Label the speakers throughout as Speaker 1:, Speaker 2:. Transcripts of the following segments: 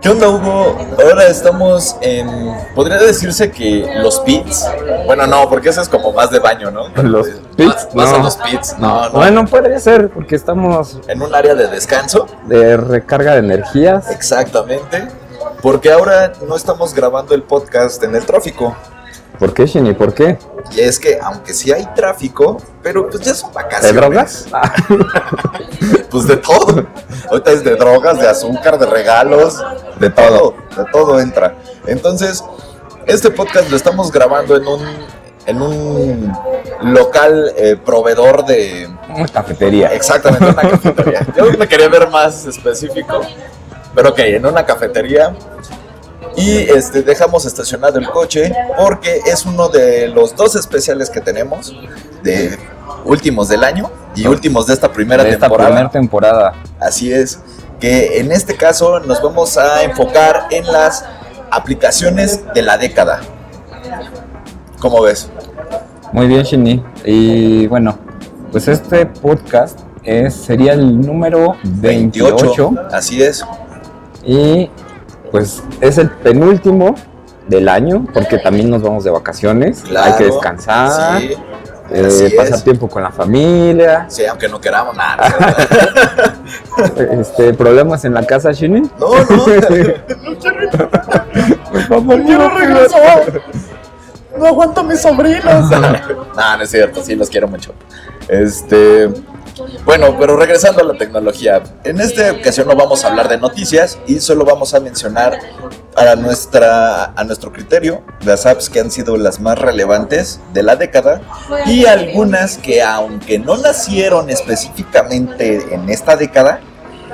Speaker 1: ¿Qué onda, Hugo? Ahora estamos en. Podría decirse que los pits. Bueno, no, porque eso es como más de baño, ¿no?
Speaker 2: Los pits,
Speaker 1: Más, más a
Speaker 2: no.
Speaker 1: los pits, no, no.
Speaker 2: Bueno, podría ser, porque estamos
Speaker 1: En un área de descanso,
Speaker 2: de recarga de energías.
Speaker 1: exactamente. Porque ahora no estamos grabando el podcast en el tráfico.
Speaker 2: ¿Por qué, Shinny? ¿Por qué?
Speaker 1: Y es que, aunque sí hay tráfico, pero pues ya son
Speaker 2: ¿De
Speaker 1: vacaciones.
Speaker 2: drogas? Ah,
Speaker 1: Pues de todo. Ahorita es de drogas, de azúcar, de regalos, de todo, de todo entra. Entonces, este podcast lo estamos grabando en un, en un local eh, proveedor de...
Speaker 2: una cafetería.
Speaker 1: Exactamente, una cafetería. Yo me quería ver más específico, pero ok, en una cafetería. Y este, dejamos estacionado el coche porque es uno de los dos especiales que tenemos de últimos del año y últimos de esta primera
Speaker 2: de esta
Speaker 1: temporada.
Speaker 2: primera temporada.
Speaker 1: Así es, que en este caso nos vamos a enfocar en las aplicaciones de la década. ¿Cómo ves?
Speaker 2: Muy bien, Shinny. Y bueno, pues este podcast es, sería el número 28,
Speaker 1: Así es,
Speaker 2: y pues es el penúltimo del año porque también nos vamos de vacaciones.
Speaker 1: claro.
Speaker 2: Hay que descansar,
Speaker 1: Sí,
Speaker 2: eh,
Speaker 1: así es.
Speaker 2: pasar tiempo con la familia,
Speaker 1: Sí, aunque no queramos nada.
Speaker 2: este, problemas en la casa, Shinny.
Speaker 1: No, no.
Speaker 2: Por favor,
Speaker 1: quiero regreso.
Speaker 2: No aguanto a mis sobrinos.
Speaker 1: no, no es cierto, sí, los quiero mucho. Este. Bueno, pero regresando a la tecnología, en esta ocasión no vamos a hablar de noticias y solo vamos a mencionar a, nuestra, a nuestro criterio las apps que han sido las más relevantes de la década y algunas que aunque no nacieron específicamente en esta década,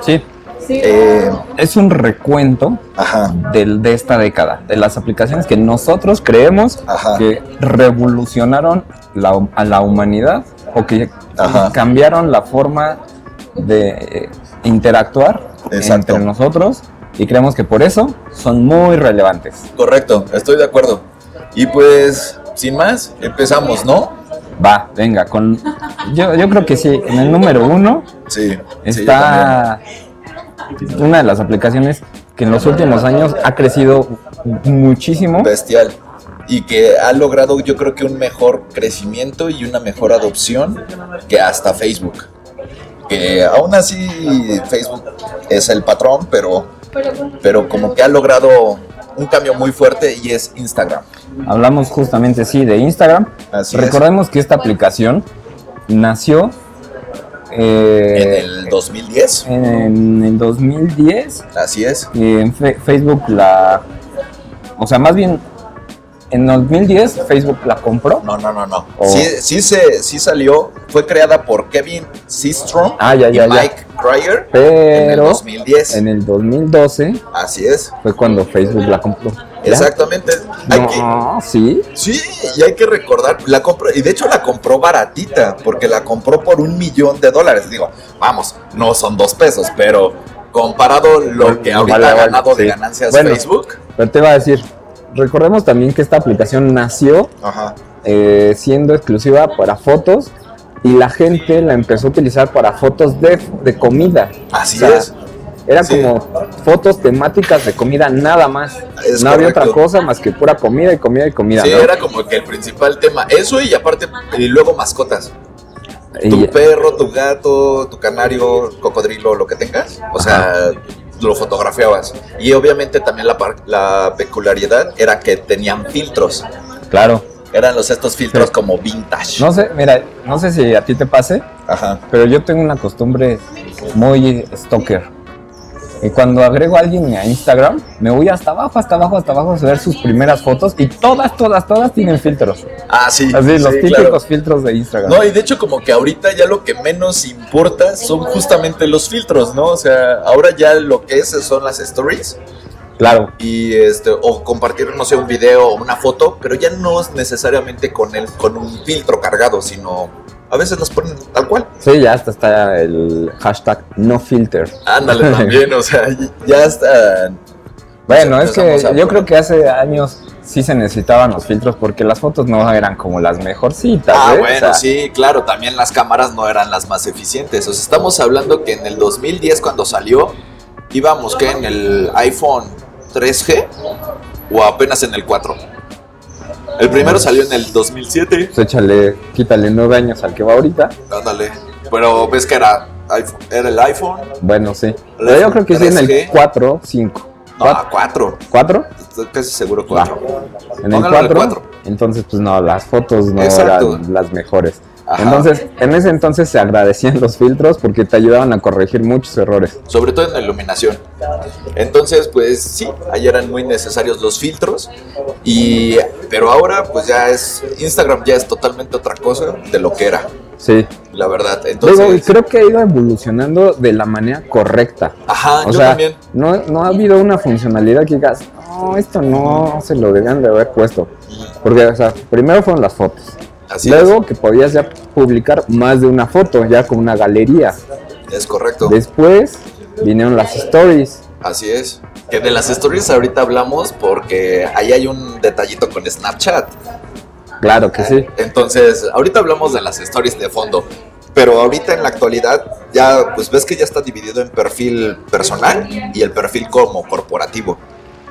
Speaker 2: Sí,
Speaker 1: eh,
Speaker 2: es un recuento
Speaker 1: ajá,
Speaker 2: del- de esta década, de las aplicaciones que nosotros creemos
Speaker 1: ajá,
Speaker 2: que revolucionaron la, hum- a la humanidad o que
Speaker 1: Ajá.
Speaker 2: cambiaron la forma de eh, interactuar
Speaker 1: Exacto.
Speaker 2: entre nosotros y creemos que por eso son muy relevantes.
Speaker 1: correcto, estoy de acuerdo. Y pues, sin más, empezamos, ¿no?
Speaker 2: Va, venga, con yo, yo creo que sí, en el número uno
Speaker 1: Sí. sí, yo también.
Speaker 2: está una de las aplicaciones que en los últimos años ha crecido muchísimo.
Speaker 1: bestial y que ha logrado yo creo que un mejor crecimiento y una mejor adopción que hasta Facebook. Que aún así Facebook es el patrón, pero, pero como que ha logrado un cambio muy fuerte y es Instagram.
Speaker 2: Hablamos justamente, sí, de Instagram.
Speaker 1: Así
Speaker 2: Recordemos que esta aplicación nació eh,
Speaker 1: es. En el 2010,
Speaker 2: en el 2010.
Speaker 1: así es.
Speaker 2: y en Fe- Facebook la... O sea, más bien, en 2010 Facebook la compró.
Speaker 1: No, no, no, no.
Speaker 2: Oh.
Speaker 1: Sí, sí, se, sí salió, fue creada por Kevin Systrom
Speaker 2: Ah, ya,
Speaker 1: y
Speaker 2: ya, ya.
Speaker 1: Mike Cryer en el
Speaker 2: Pero
Speaker 1: 2010.
Speaker 2: en el 2012
Speaker 1: Así es,
Speaker 2: fue cuando Facebook la compró. ¿Ya?
Speaker 1: exactamente. Hay que-
Speaker 2: No, sí.
Speaker 1: Sí, y hay que recordar, la compró, y de hecho la compró baratita, porque la compró por un millón de dólares. Digo, vamos, no son dos pesos, pero comparado lo que
Speaker 2: Vale,
Speaker 1: ahorita ha
Speaker 2: vale,
Speaker 1: ganado de
Speaker 2: sí.
Speaker 1: ganancias
Speaker 2: Bueno.
Speaker 1: Facebook.
Speaker 2: Pero te iba a decir, recordemos también que esta aplicación nació
Speaker 1: Ajá.
Speaker 2: eh, siendo exclusiva para fotos y la gente la empezó a utilizar para fotos de, de comida.
Speaker 1: Así
Speaker 2: O sea,
Speaker 1: es.
Speaker 2: Eran
Speaker 1: Sí.
Speaker 2: como fotos temáticas de comida nada más.
Speaker 1: Es
Speaker 2: no había otra
Speaker 1: correcto.
Speaker 2: cosa más que pura comida y comida y comida.
Speaker 1: sí,
Speaker 2: ¿no?
Speaker 1: era como que el principal tema. Eso y aparte, y luego mascotas.
Speaker 2: Y-
Speaker 1: Tu perro, tu gato, tu canario, cocodrilo, lo que tengas. O sea, lo fotografiabas. Y obviamente también la, par- la peculiaridad era que tenían filtros.
Speaker 2: claro.
Speaker 1: Eran los estos filtros como vintage.
Speaker 2: No sé, mira, no sé si a ti te pase,
Speaker 1: Ajá.
Speaker 2: pero yo tengo una costumbre muy stalker. Y cuando agrego a alguien a Instagram, me voy hasta abajo, hasta abajo, hasta abajo a ver sus primeras fotos y todas, todas, todas tienen filtros.
Speaker 1: Ah, sí.
Speaker 2: Así, los
Speaker 1: sí,
Speaker 2: típicos
Speaker 1: claro.
Speaker 2: filtros de Instagram.
Speaker 1: No, y de hecho como que ahorita ya lo que menos importa son justamente los filtros, ¿no? O sea, ahora ya lo que es son las stories
Speaker 2: Claro.
Speaker 1: y este o compartir no sé un video o una foto pero ya no es necesariamente con el con un filtro cargado sino a veces las ponen tal cual
Speaker 2: Sí, ya hasta está el hashtag no filter.
Speaker 1: ándale también o sea ya está
Speaker 2: Bueno, es que
Speaker 1: Empezamos a-
Speaker 2: yo creo que hace años sí se necesitaban los filtros porque las fotos no eran como las mejorcitas.
Speaker 1: ah
Speaker 2: ¿eh? O
Speaker 1: bueno
Speaker 2: sea,
Speaker 1: sí claro también las cámaras no eran las más eficientes o sea estamos hablando que en el 2010 cuando salió íbamos que en el iPhone 3G o apenas en el 4 el primero salió en el 2007
Speaker 2: pues échale, quítale nueve años al que va ahorita.
Speaker 1: Ándale. Pero ves que era iPhone. Era el iPhone.
Speaker 2: Bueno, sí. Pero yo creo que sí en el
Speaker 1: 3G.
Speaker 2: 4, 5.
Speaker 1: No, 4.
Speaker 2: 4
Speaker 1: Estoy casi seguro 4.
Speaker 2: En el
Speaker 1: Póngalo en el
Speaker 2: 4.
Speaker 1: cuatro.
Speaker 2: Entonces, pues no, las fotos no
Speaker 1: Exacto.
Speaker 2: eran las mejores. Entonces, en ese entonces se agradecían los filtros porque te ayudaban a corregir muchos errores.
Speaker 1: Sobre todo en la iluminación. Entonces, pues sí, ahí eran muy necesarios los filtros. Y, pero ahora, pues ya es. Instagram ya es totalmente otra cosa de lo que era,
Speaker 2: Sí.
Speaker 1: la verdad.
Speaker 2: Luego,
Speaker 1: Entonces.
Speaker 2: creo que ha ido evolucionando de la manera correcta.
Speaker 1: Ajá,
Speaker 2: O
Speaker 1: Ah, yo
Speaker 2: sea,
Speaker 1: también.
Speaker 2: no, no ha habido una funcionalidad que digas, no, esto no se lo debían de haber puesto. Porque, o sea, primero fueron las fotos.
Speaker 1: Mm, Así
Speaker 2: Luego que podías ya publicar más de una foto, ya con una galería.
Speaker 1: es, es correcto.
Speaker 2: Después vinieron las stories.
Speaker 1: Así es. Que de las stories ahorita hablamos porque ahí hay un detallito con Snapchat.
Speaker 2: Claro que sí.
Speaker 1: Entonces, ahorita hablamos de las stories de fondo, pero ahorita en la actualidad ya, pues ves que ya está dividido en perfil personal y el perfil como corporativo.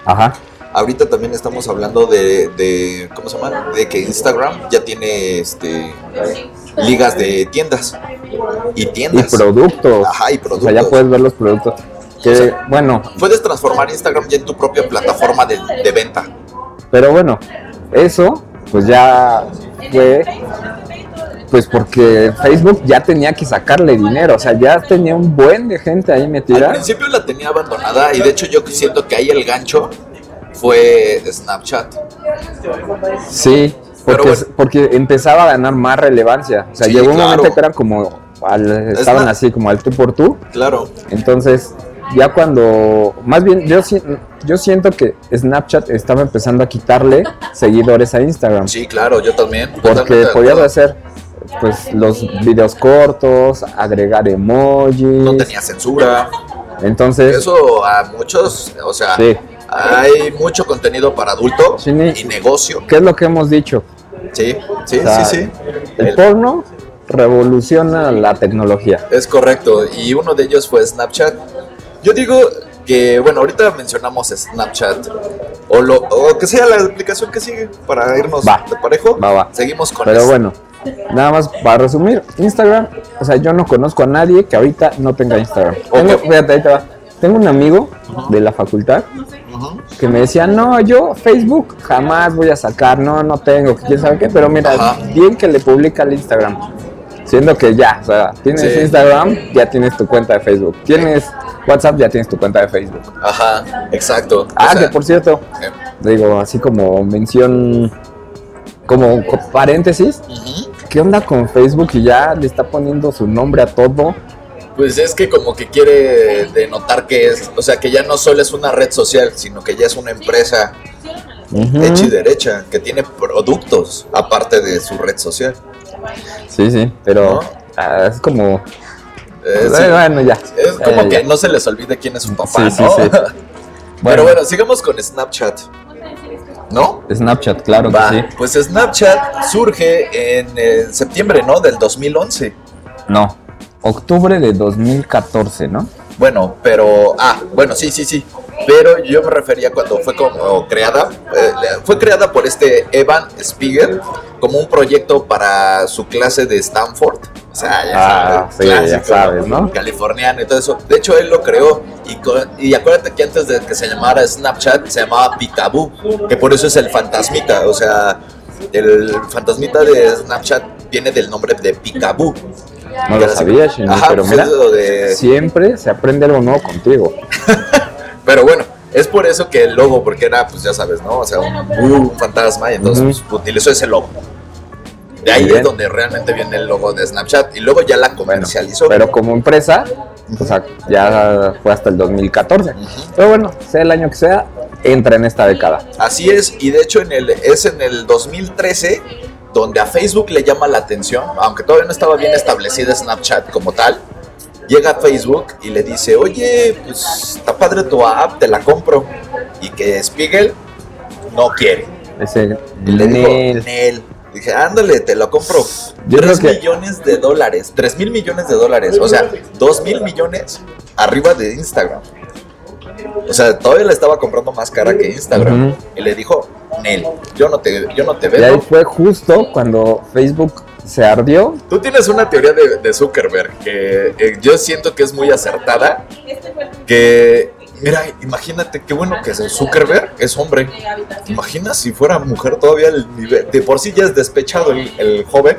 Speaker 2: Ajá.
Speaker 1: Ahorita también estamos hablando de, de ¿cómo se llama? De que Instagram ya tiene este, ligas de tiendas y
Speaker 2: Y
Speaker 1: tiendas.
Speaker 2: productos.
Speaker 1: Ajá, y
Speaker 2: O
Speaker 1: productos.
Speaker 2: sea, ya puedes ver los productos.
Speaker 1: O
Speaker 2: Que,
Speaker 1: sea-
Speaker 2: bueno,
Speaker 1: Puedes transformar Instagram ya en tu propia plataforma de, de venta.
Speaker 2: pero bueno, eso pues ya fue pues porque Facebook ya tenía que sacarle dinero, o sea, ya tenía un buen de gente ahí
Speaker 1: Al
Speaker 2: metida.
Speaker 1: principio la tenía abandonada y de hecho yo siento que ahí el gancho fue Snapchat.
Speaker 2: Sí, porque,
Speaker 1: Pero bueno.
Speaker 2: porque empezaba a ganar más relevancia. O sea,
Speaker 1: Sí,
Speaker 2: llegó un
Speaker 1: claro.
Speaker 2: momento que eran como al- estaban
Speaker 1: más-
Speaker 2: así como al tú por tú.
Speaker 1: Claro,
Speaker 2: Entonces, ya cuando, más bien, yo, si- yo siento que Snapchat estaba empezando a quitarle seguidores a Instagram.
Speaker 1: Sí, claro, yo también.
Speaker 2: porque
Speaker 1: totalmente de
Speaker 2: podías
Speaker 1: acuerdo.
Speaker 2: hacer pues los videos cortos, agregar emojis.
Speaker 1: No tenía censura.
Speaker 2: Entonces,
Speaker 1: Eso a muchos, o sea,
Speaker 2: sí.
Speaker 1: hay mucho contenido para adulto
Speaker 2: Sí.
Speaker 1: y negocio.
Speaker 2: ¿Qué es lo que hemos dicho?
Speaker 1: Sí, sí,
Speaker 2: O sea,
Speaker 1: sí, sí.
Speaker 2: El
Speaker 1: El-
Speaker 2: porno revoluciona la tecnología.
Speaker 1: Es correcto. Y uno de ellos fue Snapchat. Yo digo que, bueno, ahorita mencionamos Snapchat. O, lo, o que sea la aplicación que sigue para irnos
Speaker 2: Va.
Speaker 1: de parejo.
Speaker 2: Va, va.
Speaker 1: Seguimos con
Speaker 2: Pero
Speaker 1: es-
Speaker 2: bueno, nada más para resumir, Instagram, o sea, yo no conozco a nadie que ahorita no tenga Instagram. Tengo, fíjate, ahí te va. Tengo un amigo de la facultad
Speaker 1: Ujú.
Speaker 2: que me decía, no, yo Facebook jamás voy a sacar, no, no tengo, que quién sabe qué, pero mira,
Speaker 1: Ajá.
Speaker 2: bien que le publica al Instagram. Siendo que ya, o sea, tienes
Speaker 1: Sí.
Speaker 2: Instagram, ya tienes tu cuenta de Facebook. Tienes WhatsApp, ya tienes tu cuenta de Facebook.
Speaker 1: Ajá, exacto. O
Speaker 2: Ah,
Speaker 1: sea,
Speaker 2: que por cierto,
Speaker 1: eh,
Speaker 2: digo, así como mención, como co- paréntesis,
Speaker 1: ujú.
Speaker 2: ¿qué onda con Facebook y ya le está poniendo su nombre a todo?
Speaker 1: Pues es que como que quiere denotar que es, o sea, que ya no solo es una red social, sino que ya es una empresa hecha y derecha, que tiene productos aparte de su red social.
Speaker 2: Sí, sí, pero
Speaker 1: ¿No?
Speaker 2: ah, es como,
Speaker 1: Eh, sí.
Speaker 2: bueno, ya.
Speaker 1: Es como
Speaker 2: Eh,
Speaker 1: que
Speaker 2: ya.
Speaker 1: no se les olvide quién es su papá,
Speaker 2: Sí, sí,
Speaker 1: ¿no?
Speaker 2: sí.
Speaker 1: Pero bueno, sigamos con Snapchat. ¿No?
Speaker 2: Snapchat, claro
Speaker 1: Va.
Speaker 2: que sí.
Speaker 1: Pues Snapchat surge en eh, septiembre, ¿no? Del 2011.
Speaker 2: No. Octubre de 2014, ¿no?
Speaker 1: Bueno, pero. Ah, bueno, sí, sí, sí. Pero yo me refería cuando fue como creada. eh, fue creada por este Evan Spiegel como un proyecto para su clase de Stanford. O sea, ya
Speaker 2: Ah,
Speaker 1: sabes.
Speaker 2: sí, ya sabes, ¿no?
Speaker 1: Californiano y todo eso. De hecho, él lo creó. Y, co- y acuérdate que antes de que se llamara Snapchat, se llamaba Picaboo. Que por eso es el fantasmita. O sea, el fantasmita de Snapchat viene del nombre de Picaboo.
Speaker 2: No lo sabía, Shinji,
Speaker 1: Ajá,
Speaker 2: pero
Speaker 1: pues,
Speaker 2: mira,
Speaker 1: es lo de-
Speaker 2: siempre se aprende algo nuevo contigo.
Speaker 1: Pero bueno, es por eso que el logo, porque era, pues ya sabes, ¿no? O sea, un, un fantasma, y entonces
Speaker 2: Ujú.
Speaker 1: pues, utilizó ese logo. De ahí
Speaker 2: Muy bien.
Speaker 1: es donde realmente viene el logo de Snapchat y luego ya la
Speaker 2: Bueno,
Speaker 1: comercializó.
Speaker 2: pero como empresa, o sea, ya fue hasta el 2014.
Speaker 1: Ujú.
Speaker 2: Pero bueno, sea el año que sea, entra en esta década.
Speaker 1: Así es, y de hecho en el, es en el 2013 donde a Facebook le llama la atención, aunque todavía no estaba bien establecida Snapchat como tal, llega a Facebook y le dice, oye, pues está padre tu app, te la compro. Y que Spiegel no quiere.
Speaker 2: Ese
Speaker 1: Y le dijo,
Speaker 2: Nel.
Speaker 1: Nel. Dije, ándale, te lo compro.
Speaker 2: Yo creo
Speaker 1: 3
Speaker 2: que-
Speaker 1: millones de dólares. 3 mil millones de dólares. O sea, 2 mil millones arriba de Instagram. O sea, todavía la estaba comprando más cara que Instagram.
Speaker 2: Ujú.
Speaker 1: Y le dijo, Nel, yo no te, yo no te
Speaker 2: Y ahí
Speaker 1: veo.
Speaker 2: fue justo cuando Facebook se ardió.
Speaker 1: Tú tienes una teoría de, de Zuckerberg que eh, yo siento que es muy acertada. Que, mira, imagínate qué bueno que Zuckerberg es hombre. ¿Te imaginas si fuera mujer todavía el nivel? De por sí ya es despechado el, el joven.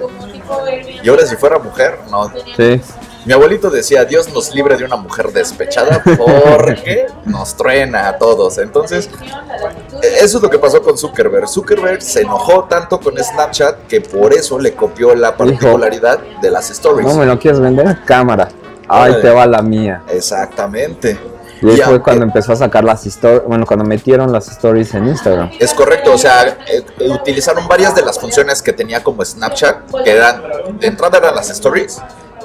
Speaker 1: Y ahora si fuera mujer, no.
Speaker 2: Sí.
Speaker 1: Mi abuelito decía, Dios nos libre de una mujer despechada porque nos truena a todos. Entonces, eso es lo que pasó con Zuckerberg. Zuckerberg se enojó tanto con Snapchat que por eso le copió la particularidad de las
Speaker 2: No
Speaker 1: stories.
Speaker 2: me lo quieres vender, cámara. Ahí
Speaker 1: Pues, Órale.
Speaker 2: te va la mía.
Speaker 1: Exactamente.
Speaker 2: Y ahí
Speaker 1: Ya,
Speaker 2: fue cuando em-,
Speaker 1: eh.
Speaker 2: empezó a sacar las stories, bueno, cuando metieron las stories en Instagram.
Speaker 1: Es correcto, o sea, eh, utilizaron varias de las funciones que tenía como Snapchat, que eran, de entrada eran las stories,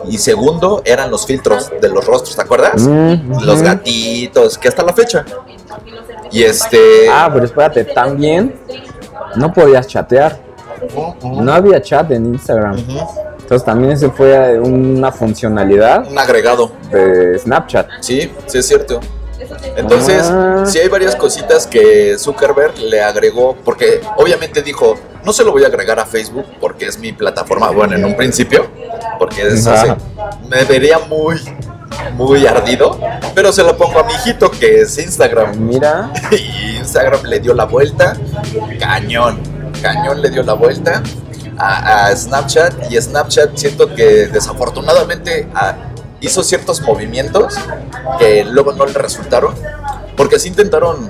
Speaker 1: y segundo eran los filtros de los rostros, ¿te acuerdas?
Speaker 2: Mm,
Speaker 1: Los
Speaker 2: ujú.
Speaker 1: gatitos, que hasta la fecha. Y este...
Speaker 2: Ah, pero espérate, también no podías chatear. No había chat en Instagram.
Speaker 1: Ujú,
Speaker 2: Entonces también ese fue una funcionalidad
Speaker 1: Un agregado,
Speaker 2: de Snapchat.
Speaker 1: sí, sí es cierto. Entonces,
Speaker 2: Ah.
Speaker 1: sí hay varias cositas que Zuckerberg le agregó, porque obviamente dijo, no se lo voy a agregar a Facebook porque es mi plataforma, bueno, en un principio, porque es así.
Speaker 2: Ajá.
Speaker 1: me vería muy, muy ardido, pero se lo pongo a mi hijito que es Instagram.
Speaker 2: Mira,
Speaker 1: Y Instagram le dio la vuelta, cañón, cañón le dio la vuelta a, a Snapchat y Snapchat siento que desafortunadamente ah, hizo ciertos movimientos que luego no le resultaron, porque sí intentaron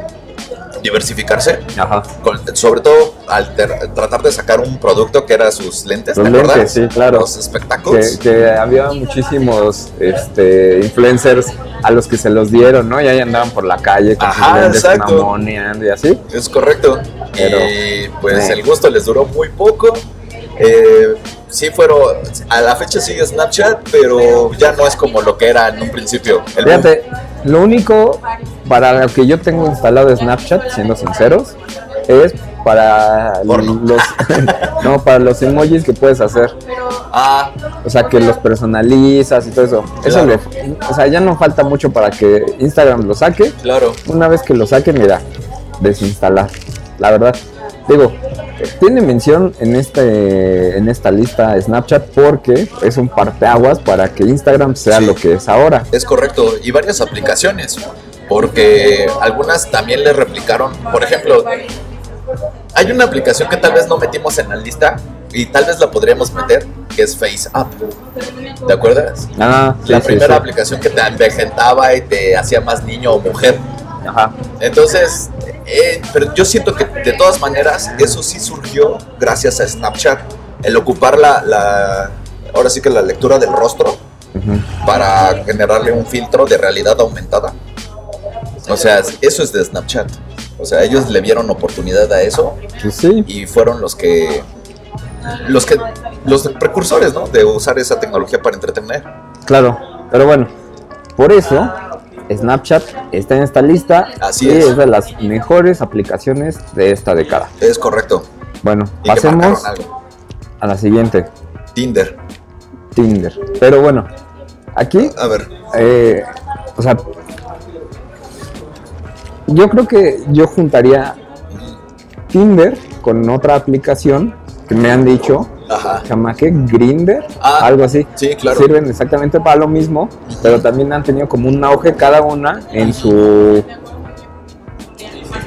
Speaker 1: diversificarse,
Speaker 2: ajá.
Speaker 1: con- sobre todo al ter- tratar de sacar un producto que era sus lentes, ¿te
Speaker 2: Los lentes,
Speaker 1: acuerdas?
Speaker 2: sí, claro.
Speaker 1: Los espectáculos.
Speaker 2: Que, que había muchísimos este, influencers a los que se los dieron, ¿no? Y ahí andaban por la calle con
Speaker 1: Ajá,
Speaker 2: sus lentes
Speaker 1: exacto.
Speaker 2: mamoneando y así.
Speaker 1: Es correcto.
Speaker 2: Pero-
Speaker 1: y pues
Speaker 2: Eh.
Speaker 1: el gusto les duró muy poco. Eh, sí fueron, a la fecha sigue Snapchat, pero ya no es como lo que era en un principio. El
Speaker 2: Fíjate, lo único para lo que yo tengo instalado Snapchat, siendo sinceros, es para
Speaker 1: Porno.
Speaker 2: los no para los emojis que puedes hacer,
Speaker 1: Ah,
Speaker 2: o sea que los personalizas y todo eso. Eso
Speaker 1: Claro.
Speaker 2: le- o sea, ya no falta mucho para que Instagram lo saque.
Speaker 1: claro.
Speaker 2: Una vez que lo saque, mira, desinstalar. La verdad, digo, tiene mención en este en esta lista Snapchat porque es un parteaguas para que Instagram sea
Speaker 1: Sí.
Speaker 2: lo que es ahora.
Speaker 1: Es correcto, y varias aplicaciones, porque algunas también le replicaron. Por ejemplo, hay una aplicación que tal vez no metimos en la lista y tal vez la podríamos meter, que es FaceApp. ¿Te acuerdas?
Speaker 2: Ah,
Speaker 1: la
Speaker 2: sí, sí,
Speaker 1: primera
Speaker 2: sí.
Speaker 1: aplicación que te envejentaba y te hacía más niño o mujer.
Speaker 2: Ajá.
Speaker 1: Entonces, eh, pero yo siento que de todas maneras eso sí surgió gracias a Snapchat, el ocupar la, la- ahora sí que la lectura del rostro
Speaker 2: Ujú.
Speaker 1: para generarle un filtro de realidad aumentada. O sea, eso es de Snapchat. O sea, ellos le vieron oportunidad a eso
Speaker 2: Pues sí,
Speaker 1: y fueron los que los que los precursores, ¿no? De usar esa tecnología para entretener.
Speaker 2: claro. Pero bueno, por eso Snapchat está en esta lista
Speaker 1: Así
Speaker 2: y
Speaker 1: es.
Speaker 2: es. de las mejores aplicaciones de esta década.
Speaker 1: Es correcto.
Speaker 2: Bueno,
Speaker 1: Y que
Speaker 2: pasemos
Speaker 1: marcaron algo.
Speaker 2: a la siguiente,
Speaker 1: Tinder.
Speaker 2: Tinder. Pero bueno, aquí,
Speaker 1: A ver.
Speaker 2: eh, o sea, yo creo que yo juntaría Tinder con otra aplicación que me han dicho,
Speaker 1: Ajá.
Speaker 2: se llama que Grinder,
Speaker 1: Ah,
Speaker 2: algo así.
Speaker 1: Sí, claro.
Speaker 2: sirven exactamente para lo mismo, pero también han tenido como un auge cada una en su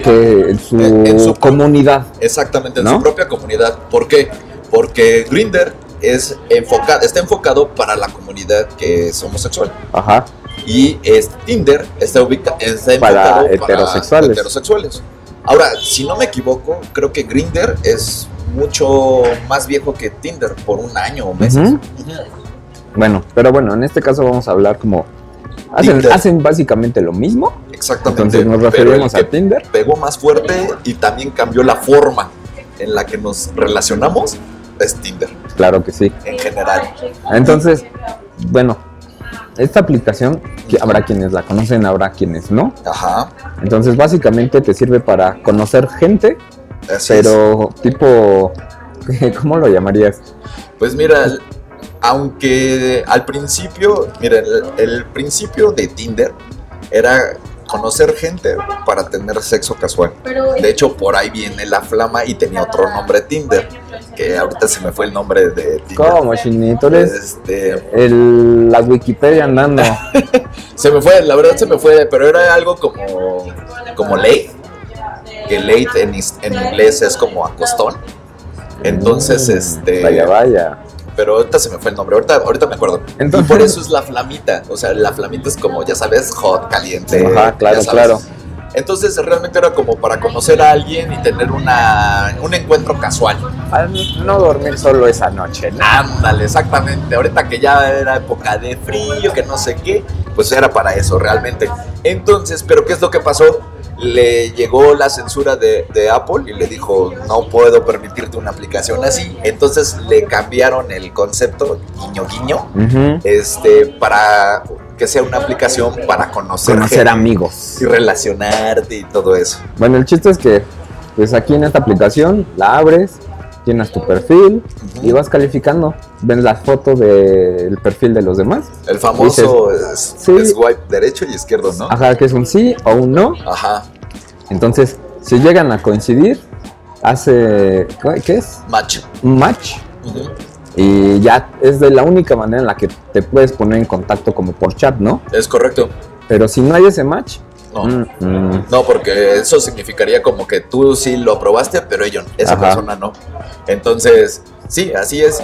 Speaker 2: que en su,
Speaker 1: En- en su-
Speaker 2: comunidad.
Speaker 1: Exactamente, en
Speaker 2: ¿No?
Speaker 1: su propia comunidad. ¿Por qué? Porque Grinder es enfocado, está enfocado para la comunidad que es homosexual.
Speaker 2: Ajá.
Speaker 1: Y es, Tinder está, ubica, está
Speaker 2: Para
Speaker 1: enfocado
Speaker 2: heterosexuales.
Speaker 1: heterosexuales. Ahora, si no me equivoco, creo que Grinder es mucho más viejo que Tinder por un año o meses.
Speaker 2: Ujú.
Speaker 1: Ujú.
Speaker 2: Bueno, pero bueno, en este caso vamos a hablar como Hacen,
Speaker 1: Tinder.
Speaker 2: hacen básicamente lo mismo.
Speaker 1: Exactamente.
Speaker 2: Entonces nos
Speaker 1: pero
Speaker 2: referimos
Speaker 1: el
Speaker 2: a
Speaker 1: que
Speaker 2: Tinder.
Speaker 1: pegó más fuerte y también cambió la forma en la que nos relacionamos es Tinder
Speaker 2: Claro que sí.
Speaker 1: en general.
Speaker 2: Entonces, bueno, esta aplicación que habrá quienes la conocen, habrá quienes no.
Speaker 1: Ajá.
Speaker 2: Entonces, básicamente te sirve para conocer gente,
Speaker 1: así es.
Speaker 2: pero tipo, ¿cómo lo llamarías?
Speaker 1: Pues mira, el- aunque al principio, mira, el, el principio de Tinder era conocer gente para tener sexo casual. De hecho, por ahí viene la flama y tenía otro nombre Tinder, que ahorita se me fue el nombre de Tinder.
Speaker 2: ¿Cómo, Chinito? Eres
Speaker 1: Este,
Speaker 2: el, la Wikipedia andando.
Speaker 1: se me fue, la verdad se me fue, pero era algo como, como late, que late en, is- en inglés es como acostón. Entonces,
Speaker 2: Mm,
Speaker 1: este...
Speaker 2: Vaya, vaya.
Speaker 1: Pero ahorita se me fue el nombre, ahorita, ahorita me acuerdo.
Speaker 2: Entonces-
Speaker 1: y por eso es la flamita. O sea, la flamita es como, ya sabes, hot, caliente.
Speaker 2: Ajá, claro,
Speaker 1: eh, ya sabes.
Speaker 2: claro.
Speaker 1: Entonces realmente era como para conocer a alguien y tener una, un encuentro casual.
Speaker 2: Al no dormir solo esa noche, ¿no?
Speaker 1: Ándale, exactamente. Ahorita que ya era época de frío, que no sé qué, pues era para eso realmente. Entonces, ¿pero qué es lo que pasó? Le llegó la censura de, de Apple y le dijo, no puedo permitirte una aplicación así. Entonces le cambiaron el concepto, guiño, guiño,
Speaker 2: Ujú.
Speaker 1: este, para que sea una aplicación para conocer,
Speaker 2: Conocer
Speaker 1: gente
Speaker 2: amigos.
Speaker 1: y relacionarte y todo eso.
Speaker 2: Bueno, el chiste es que, pues aquí en esta aplicación, la abres, llenas tu perfil y vas calificando. Ven las fotos del perfil de los demás.
Speaker 1: El famoso es-
Speaker 2: sí.
Speaker 1: swipe derecho y izquierdo, ¿no?
Speaker 2: Ajá, que es un sí o un no.
Speaker 1: Ajá.
Speaker 2: Entonces, si llegan a coincidir, hace. ¿qué- ¿Qué es?
Speaker 1: Match.
Speaker 2: Un match.
Speaker 1: Ujú.
Speaker 2: Y ya es de la única manera en la que te puedes poner en contacto como por chat, ¿no?
Speaker 1: Es correcto.
Speaker 2: Pero si no hay ese match,
Speaker 1: No.
Speaker 2: mm, mm,
Speaker 1: No, porque eso significaría como que tú sí lo aprobaste, pero ellos, esa
Speaker 2: Ajá.
Speaker 1: persona no. Entonces, sí, así es.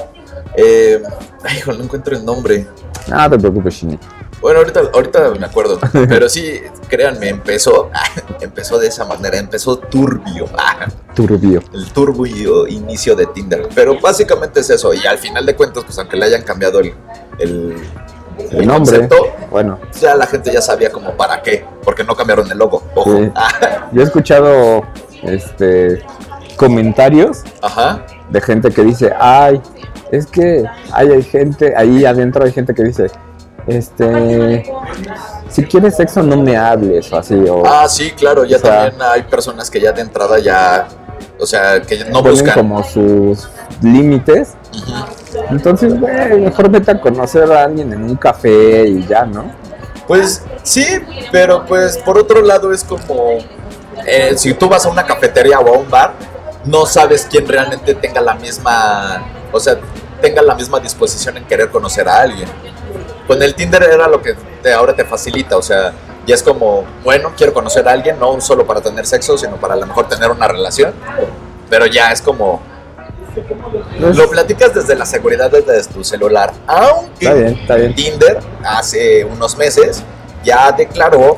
Speaker 1: Eh, ay, hijo, no encuentro el nombre.
Speaker 2: no te preocupes, Shini.
Speaker 1: Bueno, ahorita, ahorita me acuerdo. Pero sí, créanme, empezó, empezó de esa manera, empezó turbio.
Speaker 2: Turbio.
Speaker 1: el turbio inicio de Tinder. Pero básicamente es eso. Y al final de cuentas, pues aunque le hayan cambiado el, el,
Speaker 2: El nombre.
Speaker 1: concepto,
Speaker 2: Bueno,
Speaker 1: ya la gente ya sabía como para qué. Porque no cambiaron el logo. Ojo.
Speaker 2: Sí.
Speaker 1: Ah,
Speaker 2: yo he escuchado este comentarios
Speaker 1: Ajá.
Speaker 2: de gente que dice, ay, es que ahí hay gente, ahí adentro hay gente que dice, este, si quieres sexo no me hables o así, o
Speaker 1: Ah, sí, claro. Ya
Speaker 2: Oh. O sea-
Speaker 1: también hay personas que ya de entrada ya. O sea, que no
Speaker 2: ponen
Speaker 1: buscan.
Speaker 2: como sus límites.
Speaker 1: Ujú.
Speaker 2: Entonces, güey, mejor vete a conocer a alguien en un café y ya, ¿no?
Speaker 1: Pues sí, pero pues por otro lado es como. eh, si tú vas a una cafetería o a un bar, no sabes quién realmente tenga la misma. O sea, tenga la misma disposición en querer conocer a alguien. Con el Tinder era lo que te- ahora te facilita, o sea, ya es como, bueno, quiero conocer a alguien, no solo para tener sexo, sino para a lo mejor tener una relación. Pero ya es como,
Speaker 2: Pues,
Speaker 1: lo platicas desde la seguridad desde tu celular, aunque
Speaker 2: está bien, está bien.
Speaker 1: Tinder hace unos meses ya declaró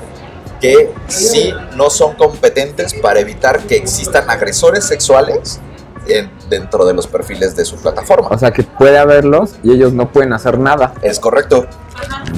Speaker 1: que sí no son competentes para evitar que existan agresores sexuales en- dentro de los perfiles de su plataforma.
Speaker 2: O sea, que puede haberlos y ellos no pueden hacer nada.
Speaker 1: Es correcto.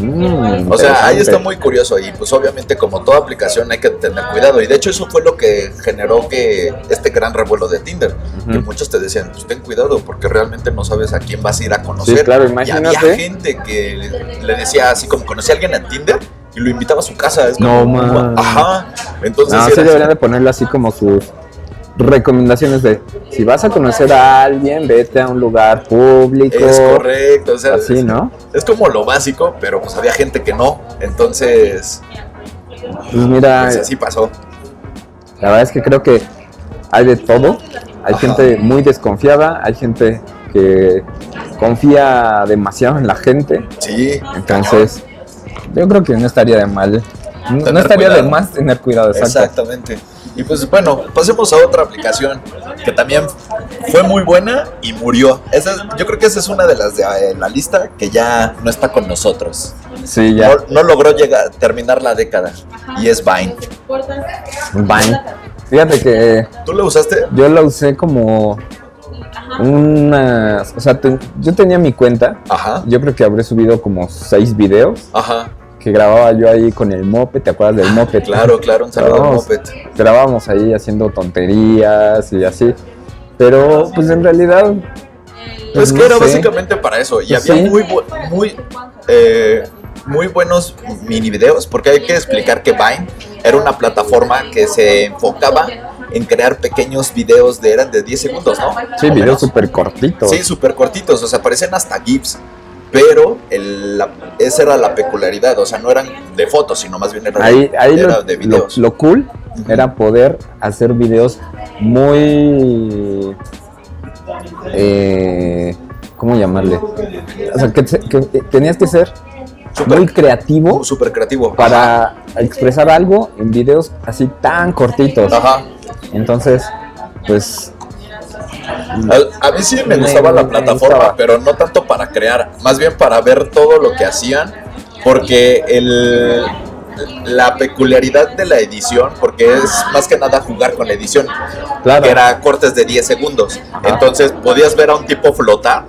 Speaker 2: Mm,
Speaker 1: O sea, ahí está
Speaker 2: interesante.
Speaker 1: muy curioso y pues obviamente como toda aplicación hay que tener cuidado y de hecho eso fue lo que generó que este gran revuelo de Tinder, que
Speaker 2: Ujú.
Speaker 1: muchos te decían, pues ten cuidado porque realmente no sabes a quién vas a ir a
Speaker 2: Sí,
Speaker 1: conocer.
Speaker 2: claro,
Speaker 1: Y había
Speaker 2: imagínate.
Speaker 1: gente que le- le decía así como conocí a alguien en Tinder y lo invitaba a su casa. Es
Speaker 2: No,
Speaker 1: como,
Speaker 2: man.
Speaker 1: Ajá. Entonces
Speaker 2: No,
Speaker 1: era
Speaker 2: sí
Speaker 1: así.
Speaker 2: deberían de ponerle así como sus recomendaciones de si vas a conocer a alguien, vete a un lugar público.
Speaker 1: es correcto. O sea,
Speaker 2: Así, ¿no?
Speaker 1: es, es como lo básico, pero pues había gente que no. Entonces,
Speaker 2: Pues mira,
Speaker 1: pues así pasó.
Speaker 2: la verdad es que creo que hay de todo. Hay
Speaker 1: Ajá.
Speaker 2: gente muy desconfiada, hay gente que confía demasiado en la gente.
Speaker 1: Sí.
Speaker 2: Entonces, yo creo que no estaría de mal. No, no
Speaker 1: Tener
Speaker 2: estaría de
Speaker 1: cuidado.
Speaker 2: más tener cuidado, exacto.
Speaker 1: Exactamente. Y pues bueno, pasemos a otra aplicación que también fue muy buena y murió. Esa es- yo creo que esa es una de las de eh, la lista que ya no está con nosotros.
Speaker 2: Sí, ya.
Speaker 1: No, no logró llegar, terminar la década. Y es Vine.
Speaker 2: Vine. Fíjate que
Speaker 1: ¿Tú lo usaste?
Speaker 2: yo la usé como una. O sea, te- yo tenía mi cuenta.
Speaker 1: Ajá.
Speaker 2: Yo creo que habré subido como seis videos.
Speaker 1: Ajá.
Speaker 2: que grababa yo ahí con el moped, ¿te acuerdas del moped?
Speaker 1: Ah, Claro, claro, un saludo al
Speaker 2: Grabamos-
Speaker 1: Moped.
Speaker 2: Grabábamos ahí haciendo tonterías y así.
Speaker 1: Ah,
Speaker 2: Pero pues en realidad
Speaker 1: Pues
Speaker 2: no
Speaker 1: que era
Speaker 2: sé.
Speaker 1: básicamente para eso. Y
Speaker 2: Pues
Speaker 1: había
Speaker 2: sí.
Speaker 1: muy, bu- muy, eh, muy buenos mini videos, porque hay que explicar que Vine era una plataforma que se enfocaba en crear pequeños videos de eran de 10 segundos, ¿no?
Speaker 2: sí,
Speaker 1: O
Speaker 2: videos
Speaker 1: menos.
Speaker 2: súper cortitos.
Speaker 1: Sí, súper cortitos, o sea, parecen hasta GIFs. Pero el- la- esa era la peculiaridad, o sea, no eran de fotos, sino más bien eran
Speaker 2: ahí ahí
Speaker 1: era
Speaker 2: lo,
Speaker 1: de
Speaker 2: lo-
Speaker 1: videos.
Speaker 2: lo cool
Speaker 1: Ujú.
Speaker 2: era poder hacer videos muy... eh, ¿Cómo llamarle? O sea, que, te- que tenías que ser muy
Speaker 1: súper
Speaker 2: creativo
Speaker 1: súper creativo.
Speaker 2: para expresar algo en videos así tan cortitos.
Speaker 1: Ajá.
Speaker 2: Entonces, pues
Speaker 1: A, a mí sí me
Speaker 2: Me-
Speaker 1: gustaba la
Speaker 2: me
Speaker 1: plataforma,
Speaker 2: gustaba.
Speaker 1: pero no tanto para crear, más bien para ver todo lo que hacían, porque el, la peculiaridad de la edición, porque es más que nada jugar con la edición,
Speaker 2: Claro.
Speaker 1: que era cortes de 10 segundos, entonces podías ver a un tipo flotar,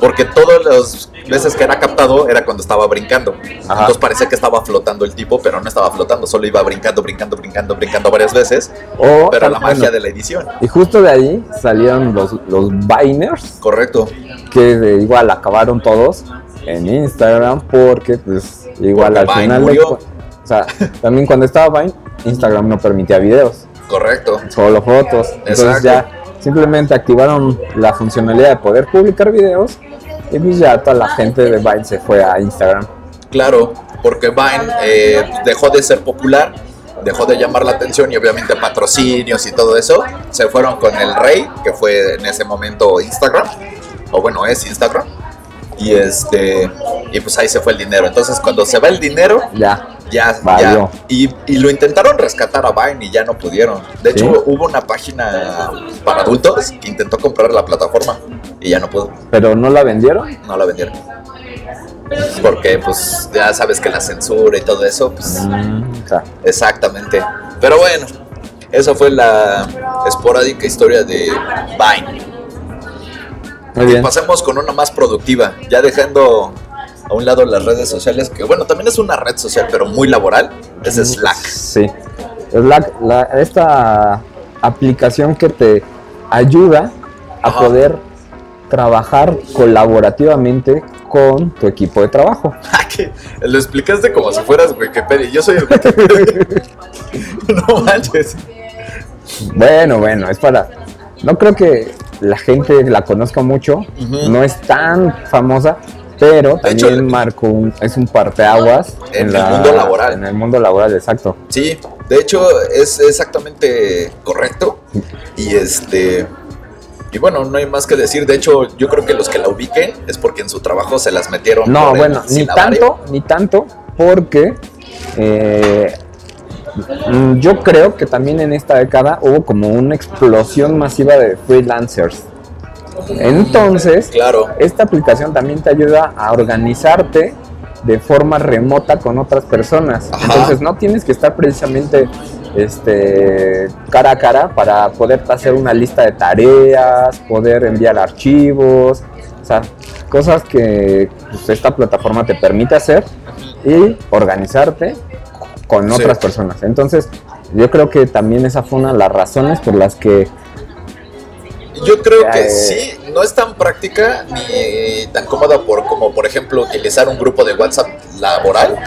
Speaker 1: porque todas las veces que era captado era cuando estaba brincando, entonces parecía que estaba flotando el tipo, pero no estaba flotando, solo iba brincando, brincando, brincando, brincando varias veces,
Speaker 2: o
Speaker 1: pero
Speaker 2: tan-
Speaker 1: la magia
Speaker 2: bueno,
Speaker 1: de la edición,
Speaker 2: y justo de ahí salieron los los Biners
Speaker 1: correcto.
Speaker 2: que de- igual acabaron todos en Instagram porque pues igual
Speaker 1: Porque
Speaker 2: al
Speaker 1: Vine
Speaker 2: final de
Speaker 1: murió.
Speaker 2: cu- o sea, también cuando estaba Vine Instagram no permitía videos,
Speaker 1: Correcto.
Speaker 2: solo fotos. Entonces
Speaker 1: Exacto.
Speaker 2: ya simplemente activaron la funcionalidad de poder publicar videos y pues ya toda la gente de Vine se fue a Instagram.
Speaker 1: Claro, porque Vine eh, dejó de ser popular, dejó de llamar la atención y obviamente patrocinios y todo eso. Se fueron con el rey, que fue en ese momento Instagram, o bueno, es Instagram. Y este y pues ahí se fue el dinero. Entonces cuando se va el dinero,
Speaker 2: Ya.
Speaker 1: ya, ya
Speaker 2: Valió.
Speaker 1: y, y lo intentaron rescatar a Vine y ya no pudieron. De hecho,
Speaker 2: Sí.
Speaker 1: hubo una página para adultos que intentó comprar la plataforma y ya no pudo,
Speaker 2: Pero no la vendieron.
Speaker 1: no la vendieron. Porque pues ya sabes que la censura y todo eso, pues
Speaker 2: Mm, O sea,
Speaker 1: Exactamente. Pero bueno, esa fue la esporádica historia de Vine.
Speaker 2: muy
Speaker 1: Y
Speaker 2: bien.
Speaker 1: pasemos con una más productiva, ya dejando a un lado las redes sociales, que bueno, también es una red social, pero muy laboral, es Slack.
Speaker 2: Sí. Slack, la- esta aplicación que te ayuda a
Speaker 1: Ajá.
Speaker 2: poder trabajar colaborativamente con tu equipo de trabajo.
Speaker 1: Que Lo explicaste como si fueras Wikipedia, yo soy el Wikipedia. no manches.
Speaker 2: Bueno, bueno, es para... No creo que la gente la conozca mucho,
Speaker 1: Ujú.
Speaker 2: no es tan famosa, pero
Speaker 1: De hecho,
Speaker 2: también
Speaker 1: le-
Speaker 2: marcó un, es un parteaguas
Speaker 1: En el mundo laboral.
Speaker 2: En el mundo laboral, exacto.
Speaker 1: Sí, de hecho es exactamente correcto. Y este. Y bueno, no hay más que decir. De hecho, yo creo que los que la ubiquen es porque en su trabajo se las metieron.
Speaker 2: No,
Speaker 1: por el
Speaker 2: bueno, ni
Speaker 1: silabario.
Speaker 2: tanto, ni tanto, porque eh, mm, yo creo que también en esta década hubo como una explosión masiva de freelancers. Entonces,
Speaker 1: Claro,
Speaker 2: esta aplicación también te ayuda a organizarte de forma remota con otras personas.
Speaker 1: Ajá.
Speaker 2: Entonces, no tienes que estar precisamente este cara a cara para poder hacer una lista de tareas, poder enviar archivos, o sea, cosas que pues, esta plataforma te permite hacer y organizarte con
Speaker 1: Sí.
Speaker 2: otras personas. Entonces, yo creo que también esa fue una de las razones por las que
Speaker 1: yo creo que
Speaker 2: Eh.
Speaker 1: sí, no es tan práctica ni tan cómoda por como por ejemplo utilizar un grupo de WhatsApp laboral,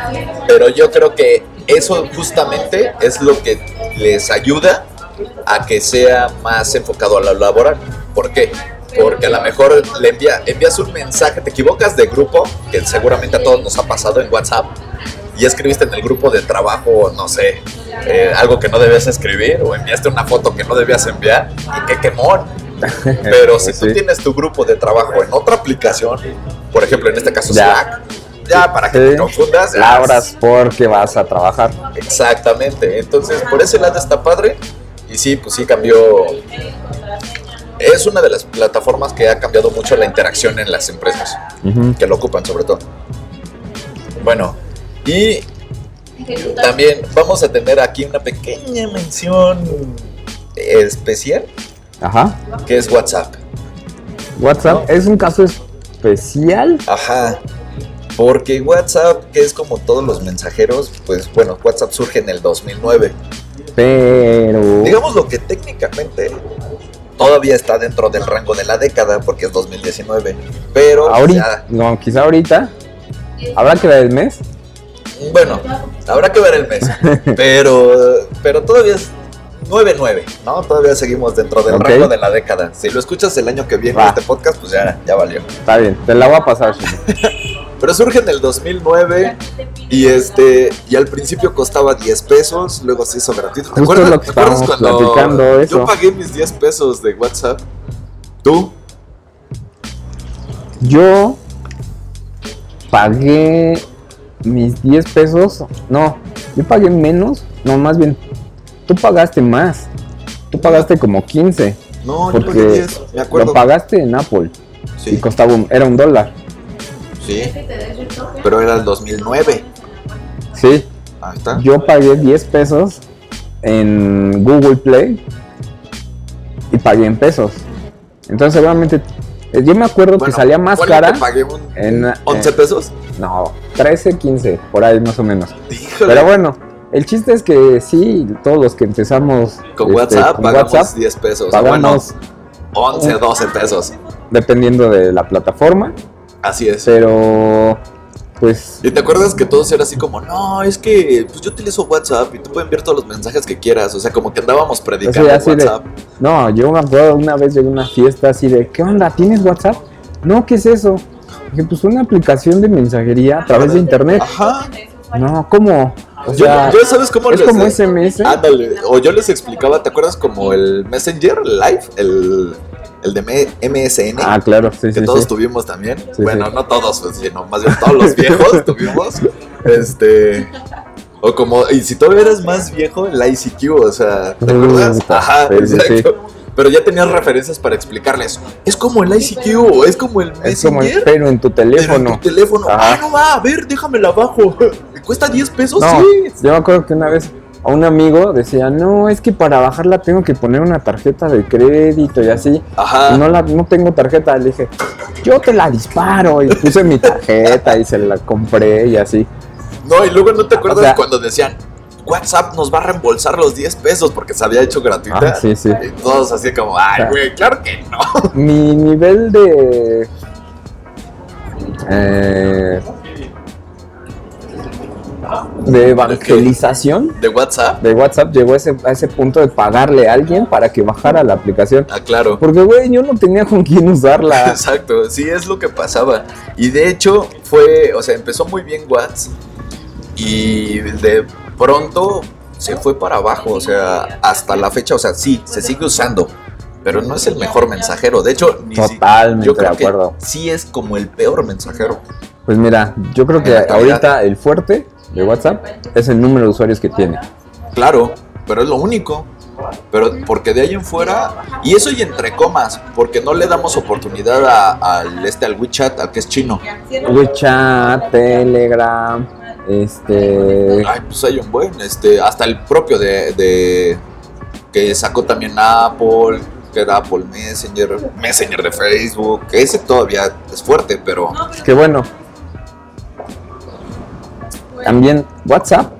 Speaker 1: pero yo creo que eso justamente es lo que les ayuda a que sea más enfocado a lo laboral. ¿Por qué? Porque a lo mejor le envía, envías un mensaje, te equivocas de grupo, que seguramente a todos nos ha pasado en WhatsApp, y escribiste en el grupo de trabajo, no sé, eh, algo que no debías escribir, o enviaste una foto que no debías enviar, y qué quemón. Pero si tú
Speaker 2: Pues Sí.
Speaker 1: tienes tu grupo de trabajo en otra aplicación, por ejemplo, en este caso
Speaker 2: Ya.
Speaker 1: Slack, ya para que
Speaker 2: Sí.
Speaker 1: te confundas, ya
Speaker 2: labras porque vas a trabajar.
Speaker 1: Exactamente. Entonces, por ese lado está padre. Y sí, pues sí cambió. Es una de las plataformas que ha cambiado mucho la interacción en las empresas,
Speaker 2: Ujú.
Speaker 1: que lo ocupan sobre todo. Bueno, y también vamos a tener aquí una pequeña mención especial,
Speaker 2: Ajá.
Speaker 1: que es WhatsApp.
Speaker 2: WhatsApp es un caso especial
Speaker 1: Ajá. Porque WhatsApp, que es como todos los mensajeros, pues bueno, WhatsApp surge en el 2009.
Speaker 2: Pero.
Speaker 1: Digamos lo que técnicamente todavía está dentro del rango de la década, porque es 2019. Pero
Speaker 2: ahorita. No, quizá ahorita. Habrá que ver el mes.
Speaker 1: ya, bueno, habrá que ver el mes. pero, pero todavía es 9-9, ¿no? Todavía seguimos dentro del
Speaker 2: Ok.
Speaker 1: rango de la década. Si lo escuchas el año que viene
Speaker 2: Va.
Speaker 1: este podcast, pues ya, ya valió.
Speaker 2: Está bien, te la voy a pasar. Shino.
Speaker 1: Pero surge en el 2009 y este y al principio costaba 10 pesos, luego se hizo gratuito. ¿Te
Speaker 2: Justo
Speaker 1: acuerdas,
Speaker 2: lo que
Speaker 1: te acuerdas
Speaker 2: estábamos
Speaker 1: cuando
Speaker 2: platicando, eso.
Speaker 1: yo pagué mis 10 pesos de WhatsApp? ¿Tú?
Speaker 2: Yo pagué mis 10 pesos. No, yo pagué menos. No, más bien, tú pagaste más. Tú pagaste como 15.
Speaker 1: No, yo pagué
Speaker 2: Porque
Speaker 1: 10, me
Speaker 2: lo
Speaker 1: acuerdo.
Speaker 2: pagaste en Apple. Y
Speaker 1: Sí,
Speaker 2: costaba un, era un dólar.
Speaker 1: sí, ¿eh? pero era el 2009.
Speaker 2: Sí.
Speaker 1: Ahí está.
Speaker 2: Yo pagué 10 pesos en Google Play y pagué en pesos. Entonces, seguramente, eh, yo me acuerdo que
Speaker 1: Bueno,
Speaker 2: salía más
Speaker 1: ¿cuál es
Speaker 2: cara
Speaker 1: que pagué un
Speaker 2: en. eh,
Speaker 1: 11 pesos.
Speaker 2: no, 13, 15, por ahí más o menos.
Speaker 1: Híjole.
Speaker 2: Pero bueno, el chiste es que sí, todos los que empezamos
Speaker 1: con
Speaker 2: este,
Speaker 1: WhatsApp
Speaker 2: con
Speaker 1: pagamos
Speaker 2: WhatsApp,
Speaker 1: 10 pesos. o Bueno,
Speaker 2: pagamos
Speaker 1: 11, 12 pesos.
Speaker 2: dependiendo de la plataforma,
Speaker 1: Así es.
Speaker 2: pero pues
Speaker 1: Y te acuerdas que todos era así como, no, es que pues yo utilizo WhatsApp y tú puedes enviar todos los mensajes que quieras. O sea, como que andábamos predicando
Speaker 2: O sea, así de-
Speaker 1: WhatsApp.
Speaker 2: No, yo me acuerdo una vez de una fiesta así de, ¿qué onda? ¿Tienes WhatsApp? No, ¿qué es eso? Dije, pues una aplicación de mensajería a través de internet.
Speaker 1: Ajá.
Speaker 2: No, ¿cómo? O
Speaker 1: Yo,
Speaker 2: sea,
Speaker 1: yo, ¿sabes cómo
Speaker 2: es
Speaker 1: les e-
Speaker 2: como ¿eh? SMS.
Speaker 1: Ándale. O yo les explicaba, ¿te acuerdas como el Messenger Live? El, el de M- MSN.
Speaker 2: Ah, claro, sí,
Speaker 1: que
Speaker 2: sí,
Speaker 1: todos
Speaker 2: sí.
Speaker 1: tuvimos también.
Speaker 2: Sí,
Speaker 1: bueno,
Speaker 2: sí.
Speaker 1: no todos, pues, sino más bien todos los viejos tuvimos. Este. O como, y si todavía eres más viejo, el ICQ, o sea, ¿te
Speaker 2: Mm,
Speaker 1: acuerdas?
Speaker 2: puta,
Speaker 1: Ajá,
Speaker 2: sí, sí, sí.
Speaker 1: exacto. Pero ya tenías referencias para explicarles. Es como el ICQ, o es como el
Speaker 2: Es como el
Speaker 1: Messenger.
Speaker 2: pero en tu
Speaker 1: pero en
Speaker 2: teléfono.
Speaker 1: tu teléfono.
Speaker 2: Ajá.
Speaker 1: Ah, no va, a ver, déjamela abajo. ¿Me cuesta 10 pesos?
Speaker 2: No,
Speaker 1: Sí.
Speaker 2: yo me acuerdo que una vez a un amigo decía, no, es que para bajarla tengo que poner una tarjeta de crédito y así.
Speaker 1: Ajá.
Speaker 2: Y no, la, no tengo tarjeta. Le dije, yo te la disparo. Y puse mi tarjeta y se la compré y así.
Speaker 1: No, y luego no te acuerdas
Speaker 2: O sea-
Speaker 1: cuando decían, WhatsApp nos va a reembolsar los 10 pesos porque se había hecho gratuita.
Speaker 2: Ah, sí, sí.
Speaker 1: Y todos así como, ay,
Speaker 2: Claro.
Speaker 1: güey, claro que no.
Speaker 2: mi nivel de eh, de evangelización
Speaker 1: ¿De WhatsApp?
Speaker 2: de WhatsApp llegó a ese, a ese punto de pagarle a alguien para que bajara la aplicación.
Speaker 1: Ah, claro.
Speaker 2: Porque, güey, yo no tenía con quién usarla.
Speaker 1: Exacto, sí, es lo que pasaba. Y de hecho, fue, o sea, empezó muy bien WhatsApp y de pronto se fue para abajo, o sea, hasta la fecha, o sea, sí, se sigue usando, pero no es el mejor mensajero. De hecho, ni si- yo
Speaker 2: Totalmente de
Speaker 1: creo que
Speaker 2: acuerdo.
Speaker 1: sí es como el peor mensajero.
Speaker 2: Pues mira, yo creo que
Speaker 1: En la actualidad.
Speaker 2: ahorita el fuerte de WhatsApp es el número de usuarios que tiene.
Speaker 1: Claro, pero es lo único. Pero porque de ahí en fuera, y eso y entre comas, porque no le damos oportunidad a- al este al WeChat, al que es chino.
Speaker 2: WeChat, eh, Telegram, este...
Speaker 1: Ay, pues hay un buen, este, hasta el propio de, de- que sacó también Apple, que era Apple Messenger, Messenger de Facebook, que ese todavía es fuerte, pero
Speaker 2: Es que bueno, también WhatsApp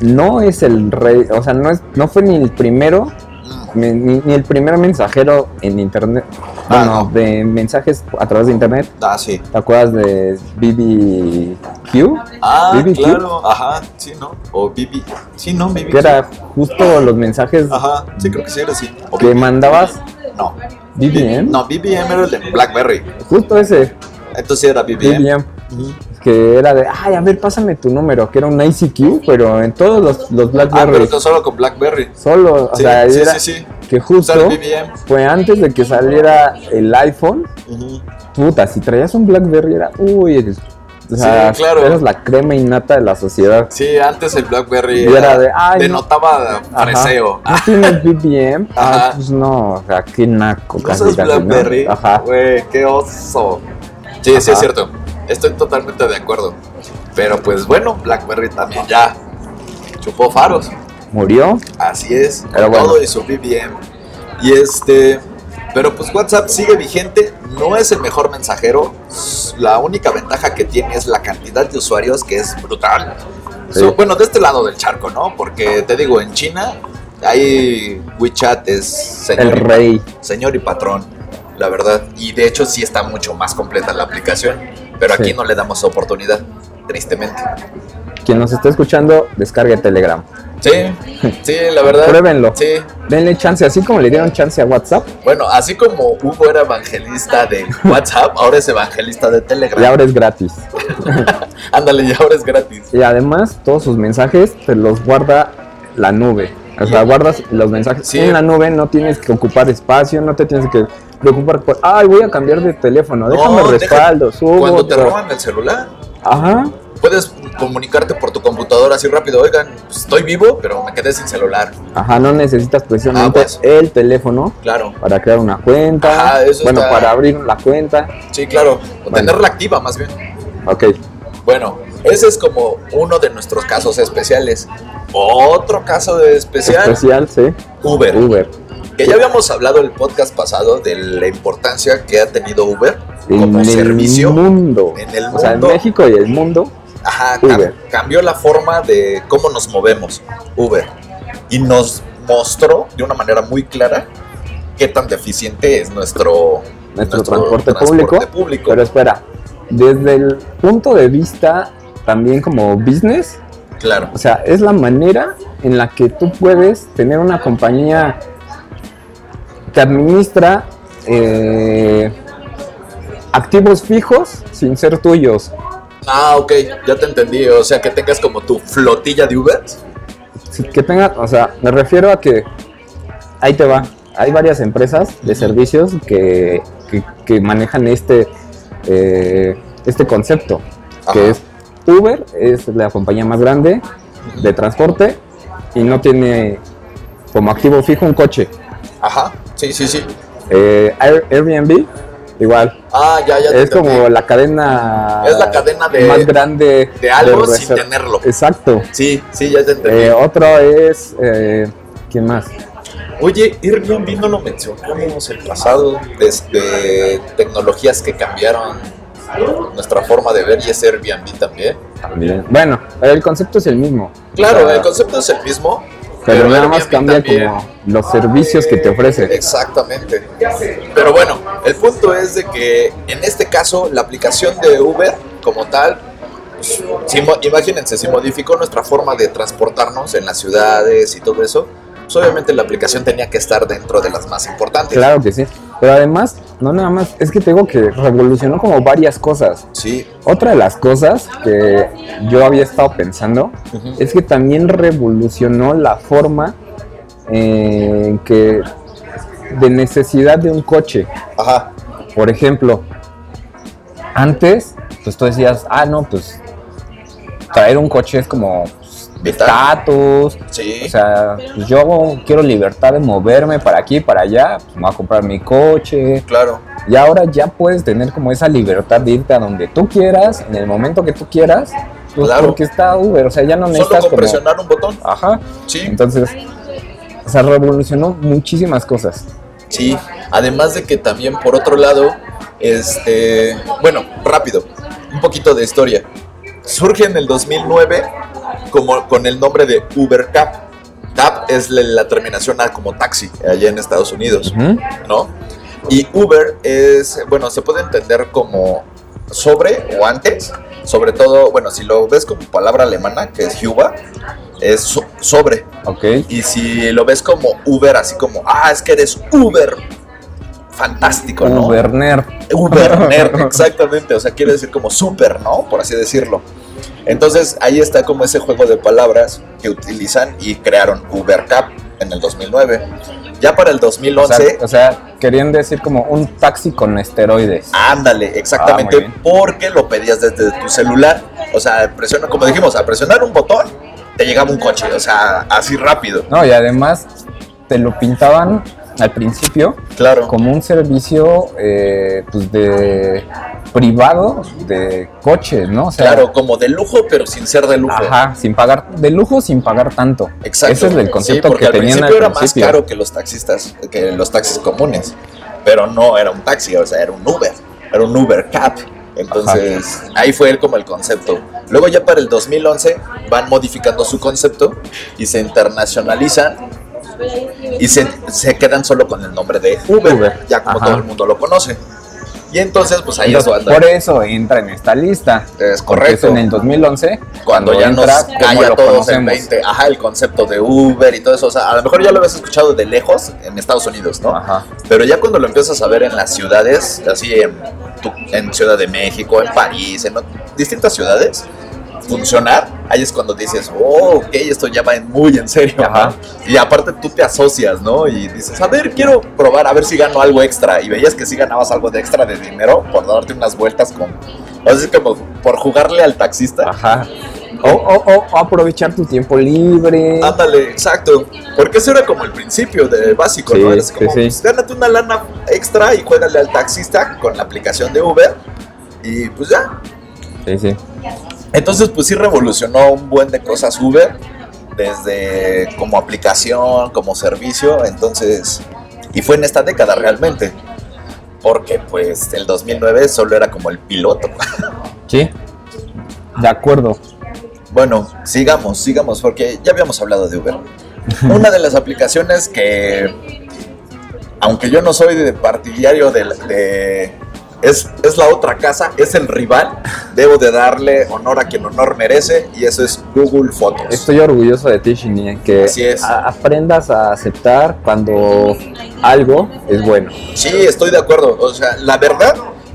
Speaker 2: no es el rey, o sea, no, es, no fue ni el primero,
Speaker 1: mm,
Speaker 2: me- ni, ni el primer mensajero en internet,
Speaker 1: Ah,
Speaker 2: bueno,
Speaker 1: no.
Speaker 2: de mensajes a través de internet.
Speaker 1: ah, sí.
Speaker 2: ¿Te acuerdas de BBQ?
Speaker 1: Ah,
Speaker 2: BBQ.
Speaker 1: claro, ajá, sí, ¿no? O BB, sí, ¿no? BB.
Speaker 2: Que era justo los mensajes
Speaker 1: Ajá, sí, creo que sí era así. O
Speaker 2: que
Speaker 1: BB.
Speaker 2: mandabas
Speaker 1: No,
Speaker 2: BBM.
Speaker 1: no, BBM era el de BlackBerry,
Speaker 2: Justo ese,
Speaker 1: entonces era BBM.
Speaker 2: BBM.
Speaker 1: Ujú.
Speaker 2: Que era de, ay, a ver, pásame tu número, que era un ICQ, pero en todos los, los
Speaker 1: Ah,
Speaker 2: Blackberry.
Speaker 1: pero no solo con BlackBerry.
Speaker 2: Solo, o
Speaker 1: Sí,
Speaker 2: sea,
Speaker 1: sí,
Speaker 2: era
Speaker 1: sí, sí.
Speaker 2: que
Speaker 1: O sea, el
Speaker 2: justo
Speaker 1: BBM.
Speaker 2: fue antes de que saliera el iPhone.
Speaker 1: Ujú.
Speaker 2: Puta, si traías un Blackberry era, uy, eres- o sea,
Speaker 1: Sí, claro.
Speaker 2: eras la crema innata de la sociedad.
Speaker 1: Sí, antes el BlackBerry
Speaker 2: Y era
Speaker 1: era-
Speaker 2: de, ay, no,
Speaker 1: denotaba
Speaker 2: Ajá.
Speaker 1: freseo.
Speaker 2: ¿no tienes BBM? Ah,
Speaker 1: Ah. Ajá.
Speaker 2: pues no, o sea, qué naco,
Speaker 1: ¿No
Speaker 2: casi,
Speaker 1: usas
Speaker 2: casi, ¿no?
Speaker 1: Blackberry?
Speaker 2: Ajá.
Speaker 1: Güey, qué oso. Sí, sí,
Speaker 2: Ajá.
Speaker 1: es cierto. Estoy totalmente de acuerdo. Pero pues bueno, Blackberry también ya chupó faros.
Speaker 2: Murió,
Speaker 1: Así es.
Speaker 2: Pero
Speaker 1: con
Speaker 2: bueno.
Speaker 1: Todo y su BBM. Y este. Pero pues WhatsApp sigue vigente, no es el mejor mensajero. La única ventaja que tiene es la cantidad de usuarios, que es brutal.
Speaker 2: Sí.
Speaker 1: So, bueno, de este lado del charco, ¿no? Porque te digo, en China, ahí WeChat es señor,
Speaker 2: El
Speaker 1: y-
Speaker 2: rey.
Speaker 1: señor y patrón, la verdad. Y de hecho, sí está mucho más completa la aplicación. Pero aquí
Speaker 2: Sí.
Speaker 1: no le damos oportunidad, tristemente.
Speaker 2: Quien nos está escuchando, descargue Telegram.
Speaker 1: Sí, sí, la verdad.
Speaker 2: Pruébenlo.
Speaker 1: Sí,
Speaker 2: Denle chance, así como le dieron chance a WhatsApp,
Speaker 1: bueno, así como Hugo era evangelista de WhatsApp, ahora es evangelista de Telegram.
Speaker 2: y ahora es gratis.
Speaker 1: Ándale, y ahora es gratis.
Speaker 2: Y además, todos sus mensajes te los guarda la nube. O sea, guardas los mensajes
Speaker 1: Sí.
Speaker 2: en la nube, no tienes que ocupar espacio, no te tienes que preocupar por, ay, voy a cambiar de teléfono, déjame
Speaker 1: No, deja-
Speaker 2: respaldo, subo.
Speaker 1: Cuando te
Speaker 2: pero-".
Speaker 1: roban el celular,
Speaker 2: Ajá,
Speaker 1: puedes comunicarte por tu computadora así rápido. Oigan, pues, estoy vivo, pero me quedé sin celular.
Speaker 2: ajá, no necesitas precisamente
Speaker 1: Ah, pues.
Speaker 2: el teléfono
Speaker 1: Claro,
Speaker 2: para crear una cuenta,
Speaker 1: Ajá, eso
Speaker 2: bueno,
Speaker 1: está-
Speaker 2: para abrir la cuenta.
Speaker 1: sí, claro. O
Speaker 2: Vale.
Speaker 1: tenerla activa, más bien.
Speaker 2: Ok,
Speaker 1: Bueno, ese es como uno de nuestros casos especiales. Otro caso de especial,
Speaker 2: especial, sí,
Speaker 1: Uber.
Speaker 2: Uber.
Speaker 1: Que ya habíamos hablado el podcast pasado de la importancia que ha tenido Uber como
Speaker 2: en
Speaker 1: servicio.
Speaker 2: el mundo.
Speaker 1: en el
Speaker 2: O sea, en
Speaker 1: mundo.
Speaker 2: México y el mundo.
Speaker 1: Ajá, cam-
Speaker 2: Uber.
Speaker 1: cambió la forma de cómo nos movemos, Uber. Y nos mostró de una manera muy clara qué tan deficiente es nuestro,
Speaker 2: Nuestro transporte público,
Speaker 1: público.
Speaker 2: Pero espera, desde el punto de vista también como business,
Speaker 1: Claro,
Speaker 2: o sea, es la manera en la que tú puedes tener una compañía que administra eh, activos fijos sin ser tuyos.
Speaker 1: Ah, ok, ya te entendí. O sea, que tengas como tu flotilla de Uber.
Speaker 2: Sí, Que tenga, o sea, me refiero a que ahí te va. Hay varias empresas de servicios que, que- que manejan este, eh, este concepto, que es Uber, es la compañía más grande de transporte y no tiene como activo fijo un coche.
Speaker 1: Ajá, sí, sí, sí.
Speaker 2: Eh, Air- Airbnb, igual,
Speaker 1: Ah, ya, ya. te
Speaker 2: es
Speaker 1: entendí.
Speaker 2: como la cadena,
Speaker 1: Es la cadena de-
Speaker 2: más grande
Speaker 1: de algo sin
Speaker 2: reser-
Speaker 1: tenerlo.
Speaker 2: Exacto.
Speaker 1: Sí, sí, ya te entendí.
Speaker 2: Eh, otro es. Eh, ¿Quién más?
Speaker 1: Oye, Airbnb no lo mencionamos el pasado, desde tecnologías que cambiaron nuestra forma de ver y es Airbnb también.
Speaker 2: También. Bueno, el concepto es el mismo. O
Speaker 1: Claro,
Speaker 2: sea,
Speaker 1: el concepto es el mismo,
Speaker 2: Pero nada más
Speaker 1: Airbnb
Speaker 2: cambia
Speaker 1: también.
Speaker 2: como los servicios que te ofrece.
Speaker 1: Exactamente. Pero bueno, el punto es de que en este caso la aplicación de Uber como tal, pues, si mo- imagínense, si modificó nuestra forma de transportarnos en las ciudades y todo eso, pues obviamente la aplicación tenía que estar dentro de las más importantes.
Speaker 2: Claro que sí. Pero además, no nada más, es que te digo que revolucionó como varias cosas.
Speaker 1: Sí.
Speaker 2: Otra de las cosas que yo había estado pensando
Speaker 1: Ujú.
Speaker 2: es que también revolucionó la forma en que de necesidad de un coche.
Speaker 1: Ajá.
Speaker 2: Por ejemplo, antes, pues tú decías, ah, no, pues traer un coche es como pues, de
Speaker 1: Vital.
Speaker 2: estatus.
Speaker 1: Sí.
Speaker 2: O sea, pues, yo quiero libertad de moverme para aquí, para allá, pues me voy a comprar mi coche.
Speaker 1: Claro.
Speaker 2: Y ahora ya puedes tener como esa libertad de irte a donde tú quieras, en el momento que tú quieras, pues
Speaker 1: Claro.
Speaker 2: porque está Uber, o sea, ya no
Speaker 1: Solo
Speaker 2: necesitas
Speaker 1: con
Speaker 2: como...
Speaker 1: presionar un botón.
Speaker 2: Ajá,
Speaker 1: Sí.
Speaker 2: entonces, o sea, revolucionó muchísimas cosas.
Speaker 1: Sí, además de que también por otro lado, este, bueno, rápido, un poquito de historia. Surge en el 2009 como, con el nombre de Uber Cap. Tap es la, la terminación A como taxi allá en Estados Unidos,
Speaker 2: Ujú.
Speaker 1: ¿no? Y Uber es, bueno, se puede entender como sobre o antes, sobre todo, bueno, si lo ves como palabra alemana, que es Uber, es so- sobre,
Speaker 2: Ok,
Speaker 1: y si lo ves como Uber, así como, ah, es que eres Uber. Fantástico, ¿no?
Speaker 2: Uber nerd.
Speaker 1: Uber nerd, exactamente. O sea, quiere decir como super, ¿no? Por así decirlo. Entonces, ahí está como ese juego de palabras que utilizan y crearon Uber Cap en el 2009. Ya para el
Speaker 2: O sea,
Speaker 1: 2011,
Speaker 2: o sea, querían decir como un taxi con esteroides.
Speaker 1: ándale,
Speaker 2: Ah,
Speaker 1: exactamente,
Speaker 2: muy bien.
Speaker 1: porque lo pedías desde tu celular. O sea, presiona, como dijimos, a presionar un botón, te llegaba un coche. O sea, así rápido.
Speaker 2: No, y además te lo pintaban al principio
Speaker 1: Claro.
Speaker 2: como un servicio eh, pues de privado de coches, ¿no? O sea,
Speaker 1: Claro, como de lujo, pero sin ser de lujo.
Speaker 2: Ajá, sin pagar, de lujo sin pagar tanto.
Speaker 1: Exacto.
Speaker 2: Ese es el
Speaker 1: Sí,
Speaker 2: concepto
Speaker 1: porque
Speaker 2: que
Speaker 1: al
Speaker 2: tenían
Speaker 1: principio
Speaker 2: al
Speaker 1: era más
Speaker 2: principio.
Speaker 1: caro que los taxistas, que los taxis comunes. pero no era un taxi, o sea, era un Uber, era un Uber Cab. Entonces, ahí fue como el concepto. Luego ya para el 2011 van modificando su concepto y se internacionalizan y se, se quedan solo con el nombre de Uber,
Speaker 2: Uber.
Speaker 1: ya como
Speaker 2: Ajá.
Speaker 1: todo el mundo lo conoce. Y entonces, pues ahí es
Speaker 2: Entonces,
Speaker 1: cuando...
Speaker 2: por eso entra en esta lista.
Speaker 1: Es
Speaker 2: Porque es
Speaker 1: correcto.
Speaker 2: en el 2011
Speaker 1: cuando ya nos
Speaker 2: entra como
Speaker 1: calla a
Speaker 2: lo
Speaker 1: todos en
Speaker 2: conocemos.
Speaker 1: 20, ajá, el concepto de Uber y todo eso, o sea, a lo mejor ya lo habías escuchado de lejos en Estados Unidos, ¿no?
Speaker 2: Ajá.
Speaker 1: Pero ya cuando lo empiezas a ver en las ciudades, así en, tu- en Ciudad de México, en París, en ot- distintas ciudades, funcionar, ahí es cuando dices, oh, ok, esto ya va en- muy en serio. ¿no?
Speaker 2: Ajá.
Speaker 1: Y aparte tú te asocias, ¿no? Y dices, a ver, quiero probar, a ver si gano algo extra. Y veías que sí ganabas algo de extra de dinero por darte unas vueltas con... Así como por jugarle al taxista.
Speaker 2: Ajá. O, o- o- o aprovechar tu tiempo libre.
Speaker 1: Ándale, exacto. Porque eso era como el principio de básico, ¿no?
Speaker 2: Sí,
Speaker 1: Es como,
Speaker 2: sí, sí.
Speaker 1: pues, gánate una lana extra y juégale al taxista con la aplicación de Uber. Y pues ya.
Speaker 2: Sí, sí.
Speaker 1: Entonces, pues sí revolucionó un buen de cosas Uber. Desde como aplicación, como servicio. Entonces, y fue en esta década realmente. Porque pues el 2009 solo era como el piloto.
Speaker 2: Sí. De acuerdo.
Speaker 1: Bueno, sigamos, sigamos, porque ya habíamos hablado de Uber. Una de las aplicaciones que, aunque yo no soy de partidario del- de... es, es la otra casa, es el rival. Debo de darle honor a quien honor merece y eso es Google Fotos.
Speaker 2: Estoy orgulloso de ti, Shini, que
Speaker 1: Así es.
Speaker 2: a- aprendas a aceptar cuando algo es bueno.
Speaker 1: Sí, estoy de acuerdo. O sea, la verdad,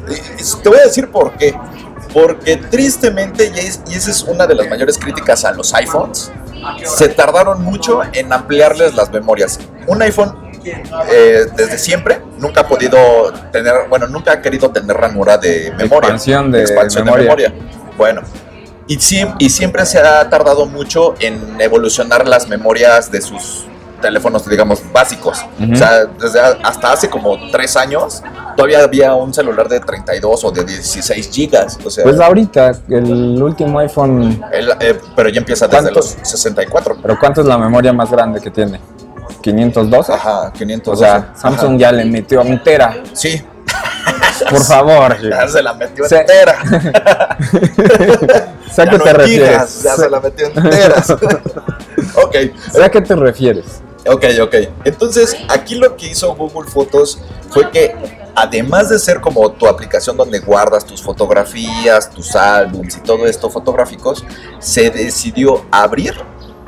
Speaker 1: eh, es- te voy a decir por qué. Porque tristemente, y es- y esa es una de las mayores críticas a los iPhones, se tardaron mucho en ampliarles las memorias. Un iPhone eh, desde siempre nunca ha podido tener, bueno, nunca ha querido tener ranura de memoria.
Speaker 2: Expansión de
Speaker 1: expansión de
Speaker 2: memoria.
Speaker 1: memoria. Bueno. Y, siem- y siempre se ha tardado mucho en evolucionar las memorias de sus teléfonos, digamos, básicos.
Speaker 2: Ujú.
Speaker 1: O sea, desde a- hasta hace como tres años todavía había un celular de 32 o de 16 gigas. O sea,
Speaker 2: Pues ahorita, el último iPhone,
Speaker 1: el- eh, pero ya empieza desde
Speaker 2: ¿Cuántos?
Speaker 1: los 64.
Speaker 2: pero ¿cuánto es la memoria más grande que tiene? 502.
Speaker 1: Ajá,
Speaker 2: O
Speaker 1: 500.
Speaker 2: sea, Samsung ya le metió a un tera.
Speaker 1: Sí,
Speaker 2: Por favor.
Speaker 1: ya se la metió
Speaker 2: Se-
Speaker 1: entera.
Speaker 2: ¿Sé a
Speaker 1: Ya
Speaker 2: qué
Speaker 1: no
Speaker 2: te
Speaker 1: en
Speaker 2: refieres?
Speaker 1: gigas, ya se la metió enteras. ok,
Speaker 2: ¿Sé a qué te refieres?
Speaker 1: Ok, ok. Entonces, aquí lo que hizo Google Fotos fue que, además de ser como tu aplicación donde guardas tus fotografías, tus álbums y todo esto fotográficos, se decidió abrir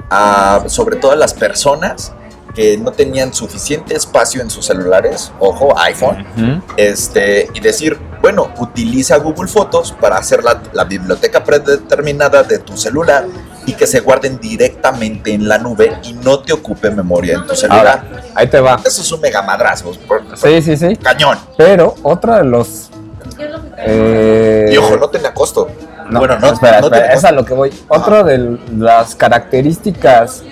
Speaker 1: a, sobre todo a las personas que no tenían suficiente espacio en sus celulares, ojo, iPhone, este, y decir, bueno, utiliza Google Fotos para hacer la, la biblioteca predeterminada de tu celular y que se guarden directamente en la nube y no te ocupe memoria en tu celular.
Speaker 2: Ahora, ahí te va.
Speaker 1: Eso es un mega madrazo, por- por-
Speaker 2: Sí, sí, sí.
Speaker 1: cañón.
Speaker 2: Pero otra de los. eh,
Speaker 1: Y ojo, no tenía costo.
Speaker 2: no,
Speaker 1: bueno, no,
Speaker 2: espera,
Speaker 1: no
Speaker 2: espera,
Speaker 1: tenía
Speaker 2: es a lo que voy. Otra de las características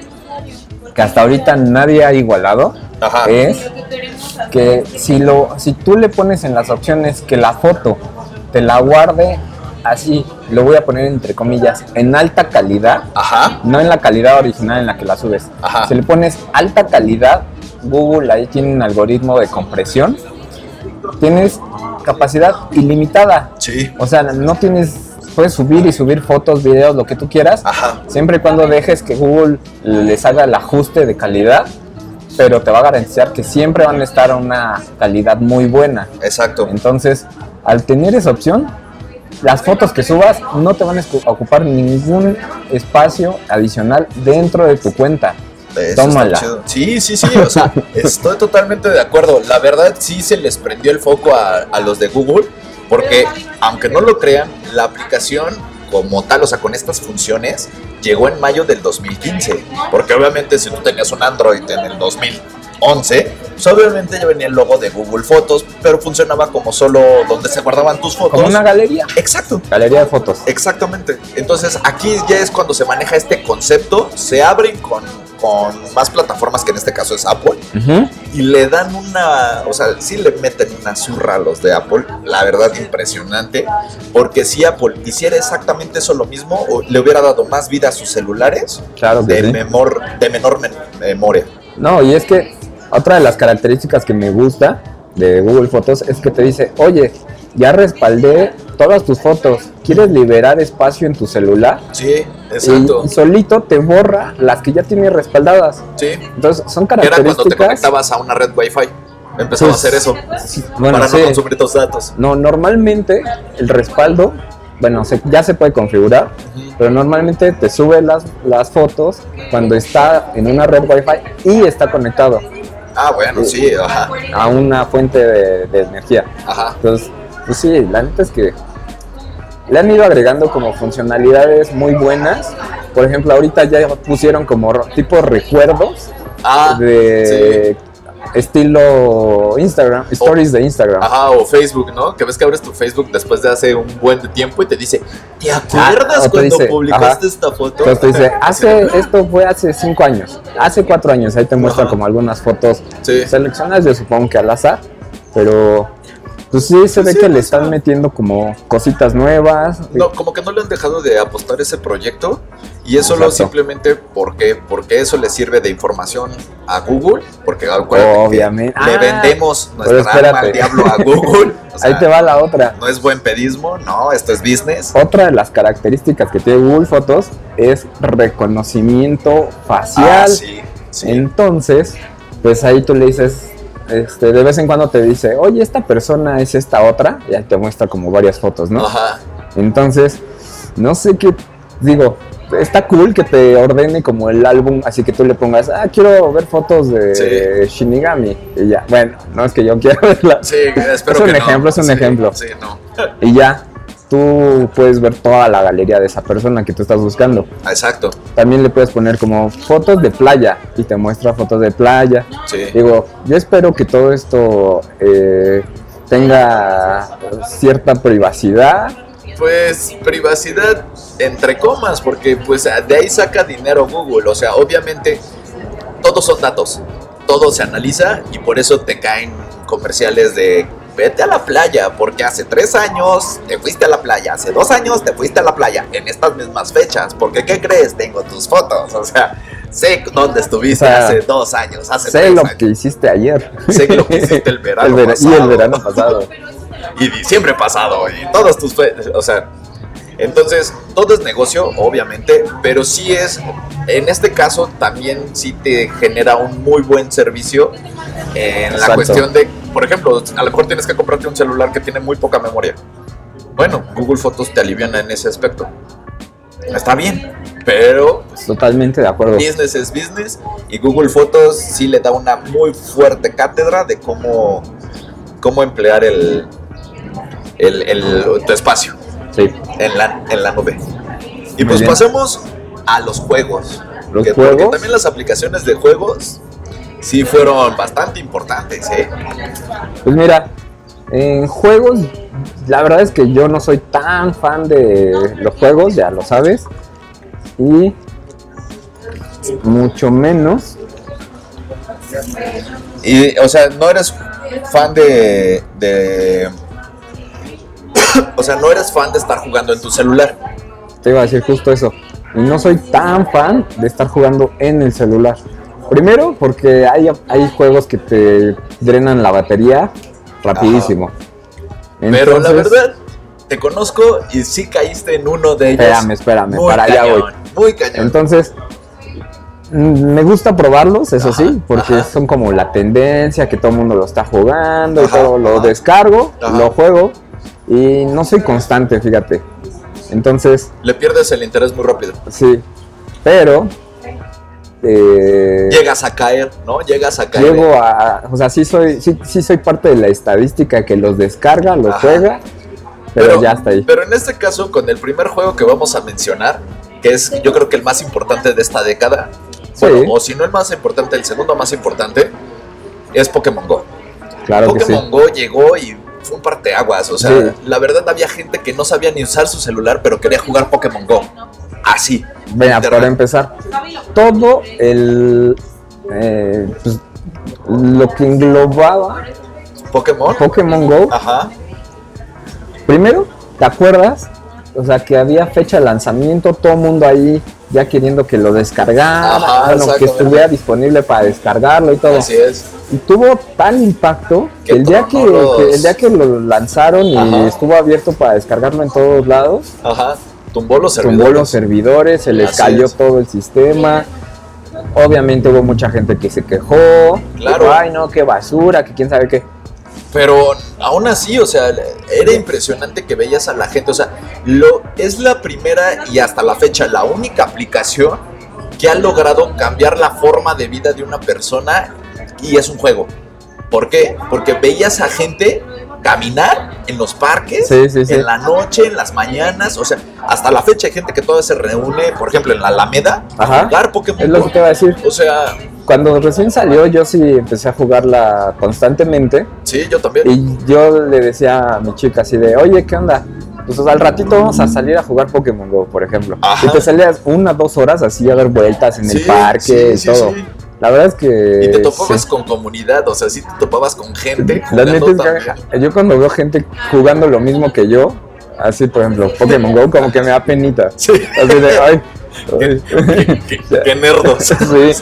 Speaker 2: que hasta ahorita nadie ha igualado
Speaker 1: costo. Ajá.
Speaker 2: es que si lo, si tú le pones en las opciones que la foto te la guarde así, lo voy a poner entre comillas, en alta calidad,
Speaker 1: Ajá.
Speaker 2: no en la calidad original en la que la subes.
Speaker 1: Ajá.
Speaker 2: Si le pones alta calidad, Google ahí tiene un algoritmo de compresión. Tienes capacidad ilimitada.
Speaker 1: Sí.
Speaker 2: O sea, no tienes. Puedes subir y subir fotos, videos, lo que tú quieras.
Speaker 1: Ajá.
Speaker 2: Siempre y cuando dejes que Google les haga el ajuste de calidad. Pero te va a garantizar que siempre van a estar a una calidad muy buena.
Speaker 1: Exacto.
Speaker 2: Entonces, al tener esa opción, las fotos que subas no te van a escu- ocupar ningún espacio adicional dentro de tu cuenta.
Speaker 1: Eso está
Speaker 2: Tómala.
Speaker 1: chido. Sí, sí, sí, o sea, estoy totalmente de acuerdo. La verdad sí se les prendió el foco a, a los de Google, porque aunque no lo crean, la aplicación como tal, o sea, con estas funciones, llegó en mayo del 2015. Porque obviamente si tú tenías un Android en el 2011, pues obviamente ya venía el logo de Google Fotos, pero funcionaba como solo donde se guardaban tus fotos.
Speaker 2: Como una galería.
Speaker 1: Exacto.
Speaker 2: Galería de fotos.
Speaker 1: Exactamente. Entonces aquí ya es cuando se maneja este concepto, se abren con, con más plataformas que en este caso es Apple
Speaker 2: Ujú.
Speaker 1: y le dan una, o sea, sí le meten una zurra a los de Apple, la verdad impresionante, porque si Apple hiciera exactamente eso lo mismo, o- le hubiera dado más vida a sus celulares
Speaker 2: Claro que
Speaker 1: de,
Speaker 2: sí.
Speaker 1: memor- de menor men- memoria.
Speaker 2: No, y es que otra de las características que me gusta de Google Fotos es que te dice, oye, ya respaldé todas tus fotos, ¿quieres liberar espacio en tu celular?
Speaker 1: Sí,
Speaker 2: Y
Speaker 1: exacto.
Speaker 2: solito te borra las que ya tienes respaldadas.
Speaker 1: Sí.
Speaker 2: Entonces son
Speaker 1: Que era cuando te
Speaker 2: características...
Speaker 1: conectabas a una red Wi-Fi. Empezaba
Speaker 2: Pues,
Speaker 1: a hacer eso.
Speaker 2: Sí, bueno,
Speaker 1: para
Speaker 2: sí.
Speaker 1: no consumir tus datos.
Speaker 2: No, normalmente el respaldo, bueno, se- ya se puede configurar, pero normalmente te sube las, las fotos cuando está en una red Wi-Fi y está conectado
Speaker 1: Ah, bueno, sí, ajá.
Speaker 2: a una fuente de, de energía.
Speaker 1: Ajá.
Speaker 2: Entonces, pues sí, la neta es que le han ido agregando como funcionalidades muy buenas. Por ejemplo, ahorita ya pusieron como ro- tipo recuerdos
Speaker 1: Ah,
Speaker 2: de estilo Instagram, stories de Instagram.
Speaker 1: Ajá, o Facebook, ¿no? Que ves que abres tu Facebook después de hace un buen tiempo y te dice, ¿te
Speaker 2: Ah, o
Speaker 1: acuerdas
Speaker 2: te
Speaker 1: cuando
Speaker 2: dice,
Speaker 1: publicaste
Speaker 2: ajá.
Speaker 1: esta foto?
Speaker 2: Entonces te dice, hace, esto fue hace cinco años, hace cuatro años, ahí te muestra
Speaker 1: Ajá.
Speaker 2: como algunas fotos
Speaker 1: Sí.
Speaker 2: seleccionas, yo supongo que al azar, pero pues sí, se ve
Speaker 1: sí,
Speaker 2: que le
Speaker 1: pues,
Speaker 2: están
Speaker 1: no.
Speaker 2: metiendo como cositas nuevas.
Speaker 1: No, como que no le han dejado de apostar ese proyecto y es solo
Speaker 2: Exacto.
Speaker 1: simplemente porque, porque eso le sirve de información a Google, porque acuérdate que
Speaker 2: Obviamente.
Speaker 1: le
Speaker 2: Ah,
Speaker 1: vendemos
Speaker 2: pero
Speaker 1: nuestra alma
Speaker 2: espérate.
Speaker 1: al diablo a Google. O sea,
Speaker 2: ahí te va la otra.
Speaker 1: No es buen pedismo, no, esto es business.
Speaker 2: Otra de las características que tiene Google Fotos es reconocimiento facial.
Speaker 1: Ah, sí, sí.
Speaker 2: Entonces, pues ahí tú le dices, este, de vez en cuando te dice, oye, esta persona es esta otra, y ahí te muestra como varias fotos, ¿no?
Speaker 1: Ajá.
Speaker 2: Entonces, no sé qué, digo, está cool que te ordene como el álbum, así que tú le pongas, ah, quiero ver fotos de
Speaker 1: Sí.
Speaker 2: Shinigami. Y ya, bueno, no es que yo quiera verlas.
Speaker 1: Sí, espero
Speaker 2: Es un
Speaker 1: que no.
Speaker 2: ejemplo, es un
Speaker 1: Sí,
Speaker 2: ejemplo.
Speaker 1: Sí, no.
Speaker 2: Y ya, tú puedes ver toda la galería de esa persona que tú estás buscando.
Speaker 1: Ah, Exacto.
Speaker 2: También le puedes poner como fotos de playa y te muestra fotos de playa.
Speaker 1: Sí.
Speaker 2: Digo, yo espero que todo esto eh, tenga cierta privacidad.
Speaker 1: Pues privacidad entre comas, porque pues de ahí saca dinero Google. O sea, obviamente todos son datos, todo se analiza y por eso te caen comerciales de vete a la playa, porque hace tres años te fuiste a la playa, hace dos años te fuiste a la playa, en estas mismas fechas, porque ¿qué crees? Tengo tus fotos, o sea, sé dónde estuviste
Speaker 2: O sea,
Speaker 1: hace dos años, hace
Speaker 2: Sé
Speaker 1: tres
Speaker 2: lo
Speaker 1: años.
Speaker 2: que hiciste ayer.
Speaker 1: Sé lo que hiciste el verano
Speaker 2: El vera-
Speaker 1: pasado.
Speaker 2: Y el verano pasado.
Speaker 1: y diciembre pasado y todos tus fe- o sea entonces todo es negocio obviamente pero sí es en este caso también sí te genera un muy buen servicio en
Speaker 2: Exacto.
Speaker 1: la cuestión de por ejemplo a lo mejor tienes que comprarte un celular que tiene muy poca memoria bueno Google Fotos te aliviana en ese aspecto está bien pero
Speaker 2: Totalmente de acuerdo.
Speaker 1: business es business y Google Fotos sí le da una muy fuerte cátedra de cómo, cómo emplear el, el, el- tu espacio
Speaker 2: Sí.
Speaker 1: en la, en la nube. Y
Speaker 2: Muy
Speaker 1: pues
Speaker 2: bien.
Speaker 1: pasemos a los juegos.
Speaker 2: Los
Speaker 1: que- Porque
Speaker 2: juegos.
Speaker 1: también las aplicaciones de juegos sí fueron bastante importantes, ¿eh?
Speaker 2: Pues mira, en juegos, la verdad es que yo no soy tan fan de los juegos, ya lo sabes. Y mucho menos.
Speaker 1: Y, o sea, no eres fan de... de... o sea, no eres fan de estar jugando en tu celular.
Speaker 2: Te iba a decir justo eso. Y no soy tan fan de estar jugando en el celular. Primero, porque hay, hay juegos que te drenan la batería rapidísimo.
Speaker 1: Pero la
Speaker 2: Entonces,
Speaker 1: verdad, te conozco y sí caíste en uno de ellos.
Speaker 2: Espérame, espérame,
Speaker 1: Muy
Speaker 2: para allá
Speaker 1: cañón,
Speaker 2: voy.
Speaker 1: Muy cañón.
Speaker 2: Entonces, mm, me gusta probarlos, eso
Speaker 1: Ajá,
Speaker 2: sí, porque
Speaker 1: ajá.
Speaker 2: son como la tendencia que todo el mundo lo está jugando
Speaker 1: Ajá,
Speaker 2: y todo. Lo
Speaker 1: ajá.
Speaker 2: descargo,
Speaker 1: Ajá.
Speaker 2: lo juego y no soy constante, fíjate. Entonces,
Speaker 1: Le pierdes el interés muy rápido.
Speaker 2: sí, pero eh,
Speaker 1: Llegas a caer, ¿no? Llegas a caer.
Speaker 2: llego a, o sea, sí soy, sí, sí soy parte de la estadística que los descarga, los
Speaker 1: Ajá.
Speaker 2: juega, pero, ya está ahí.
Speaker 1: Pero en este caso, con el primer juego que vamos a mencionar, que es yo creo que el más importante de esta década,
Speaker 2: Sí.
Speaker 1: bueno, o si no el más importante, el segundo más importante, es Pokémon Go.
Speaker 2: claro que sí.
Speaker 1: Pokémon Go llegó y fue un parteaguas. O sea,
Speaker 2: Sí.
Speaker 1: la verdad había gente que no sabía ni usar su celular, pero quería jugar Pokémon Go. Así.
Speaker 2: Venga,
Speaker 1: Internet.
Speaker 2: para empezar, todo el. eh, pues, lo que englobaba
Speaker 1: Pokémon.
Speaker 2: Pokémon Go.
Speaker 1: Ajá.
Speaker 2: Primero, ¿te acuerdas? O sea, que había fecha de lanzamiento, todo el mundo ahí ya queriendo que lo descargara,
Speaker 1: Ajá,
Speaker 2: bueno, que
Speaker 1: exactamente.
Speaker 2: estuviera disponible para descargarlo y todo.
Speaker 1: Así es.
Speaker 2: tuvo tal impacto que,
Speaker 1: Que
Speaker 2: el, día que,
Speaker 1: tronó los-
Speaker 2: que el día que lo lanzaron y
Speaker 1: Ajá.
Speaker 2: estuvo abierto para descargarlo en todos lados,
Speaker 1: Ajá. Tumbó los
Speaker 2: tumbó
Speaker 1: servidores.
Speaker 2: los servidores, se les
Speaker 1: Así
Speaker 2: cayó
Speaker 1: es.
Speaker 2: todo el sistema. Obviamente hubo mucha gente que se quejó.
Speaker 1: Claro.
Speaker 2: dijo, Ay, no, qué basura, que quién sabe qué.
Speaker 1: Pero aún así, o sea, era impresionante que veías a la gente. O sea, lo, es la primera y hasta la fecha la única aplicación que ha logrado cambiar la forma de vida de una persona y es un juego. ¿Por qué? Porque veías a gente caminar en los parques,
Speaker 2: Sí, sí, sí.
Speaker 1: en la noche, en las mañanas. O sea, hasta la fecha hay gente que todavía se reúne, por ejemplo, en la Alameda, a
Speaker 2: Ajá.
Speaker 1: jugar Pokémon.
Speaker 2: Es lo que
Speaker 1: Go.
Speaker 2: te iba a decir.
Speaker 1: O sea,
Speaker 2: Cuando recién salió, yo sí empecé a jugarla constantemente.
Speaker 1: sí, yo también.
Speaker 2: Y yo le decía a mi chica así de, oye, ¿qué onda? Pues al ratito vamos a salir a jugar Pokémon Go, por ejemplo.
Speaker 1: Ajá.
Speaker 2: Y te salías una, dos horas así a dar vueltas en
Speaker 1: Sí,
Speaker 2: el parque
Speaker 1: sí,
Speaker 2: y
Speaker 1: sí,
Speaker 2: todo.
Speaker 1: sí.
Speaker 2: La verdad es que...
Speaker 1: Y te
Speaker 2: Eh, sí.
Speaker 1: topabas con comunidad, o sea, sí te topabas con gente.
Speaker 2: La neta
Speaker 1: jugando
Speaker 2: es que
Speaker 1: también.
Speaker 2: yo cuando veo gente jugando lo mismo que yo, así por ejemplo Pokémon Go, como que me da penita.
Speaker 1: Sí.
Speaker 2: Así de, ay, ay".
Speaker 1: Qué- qué- Qué nerdos.
Speaker 2: Sí,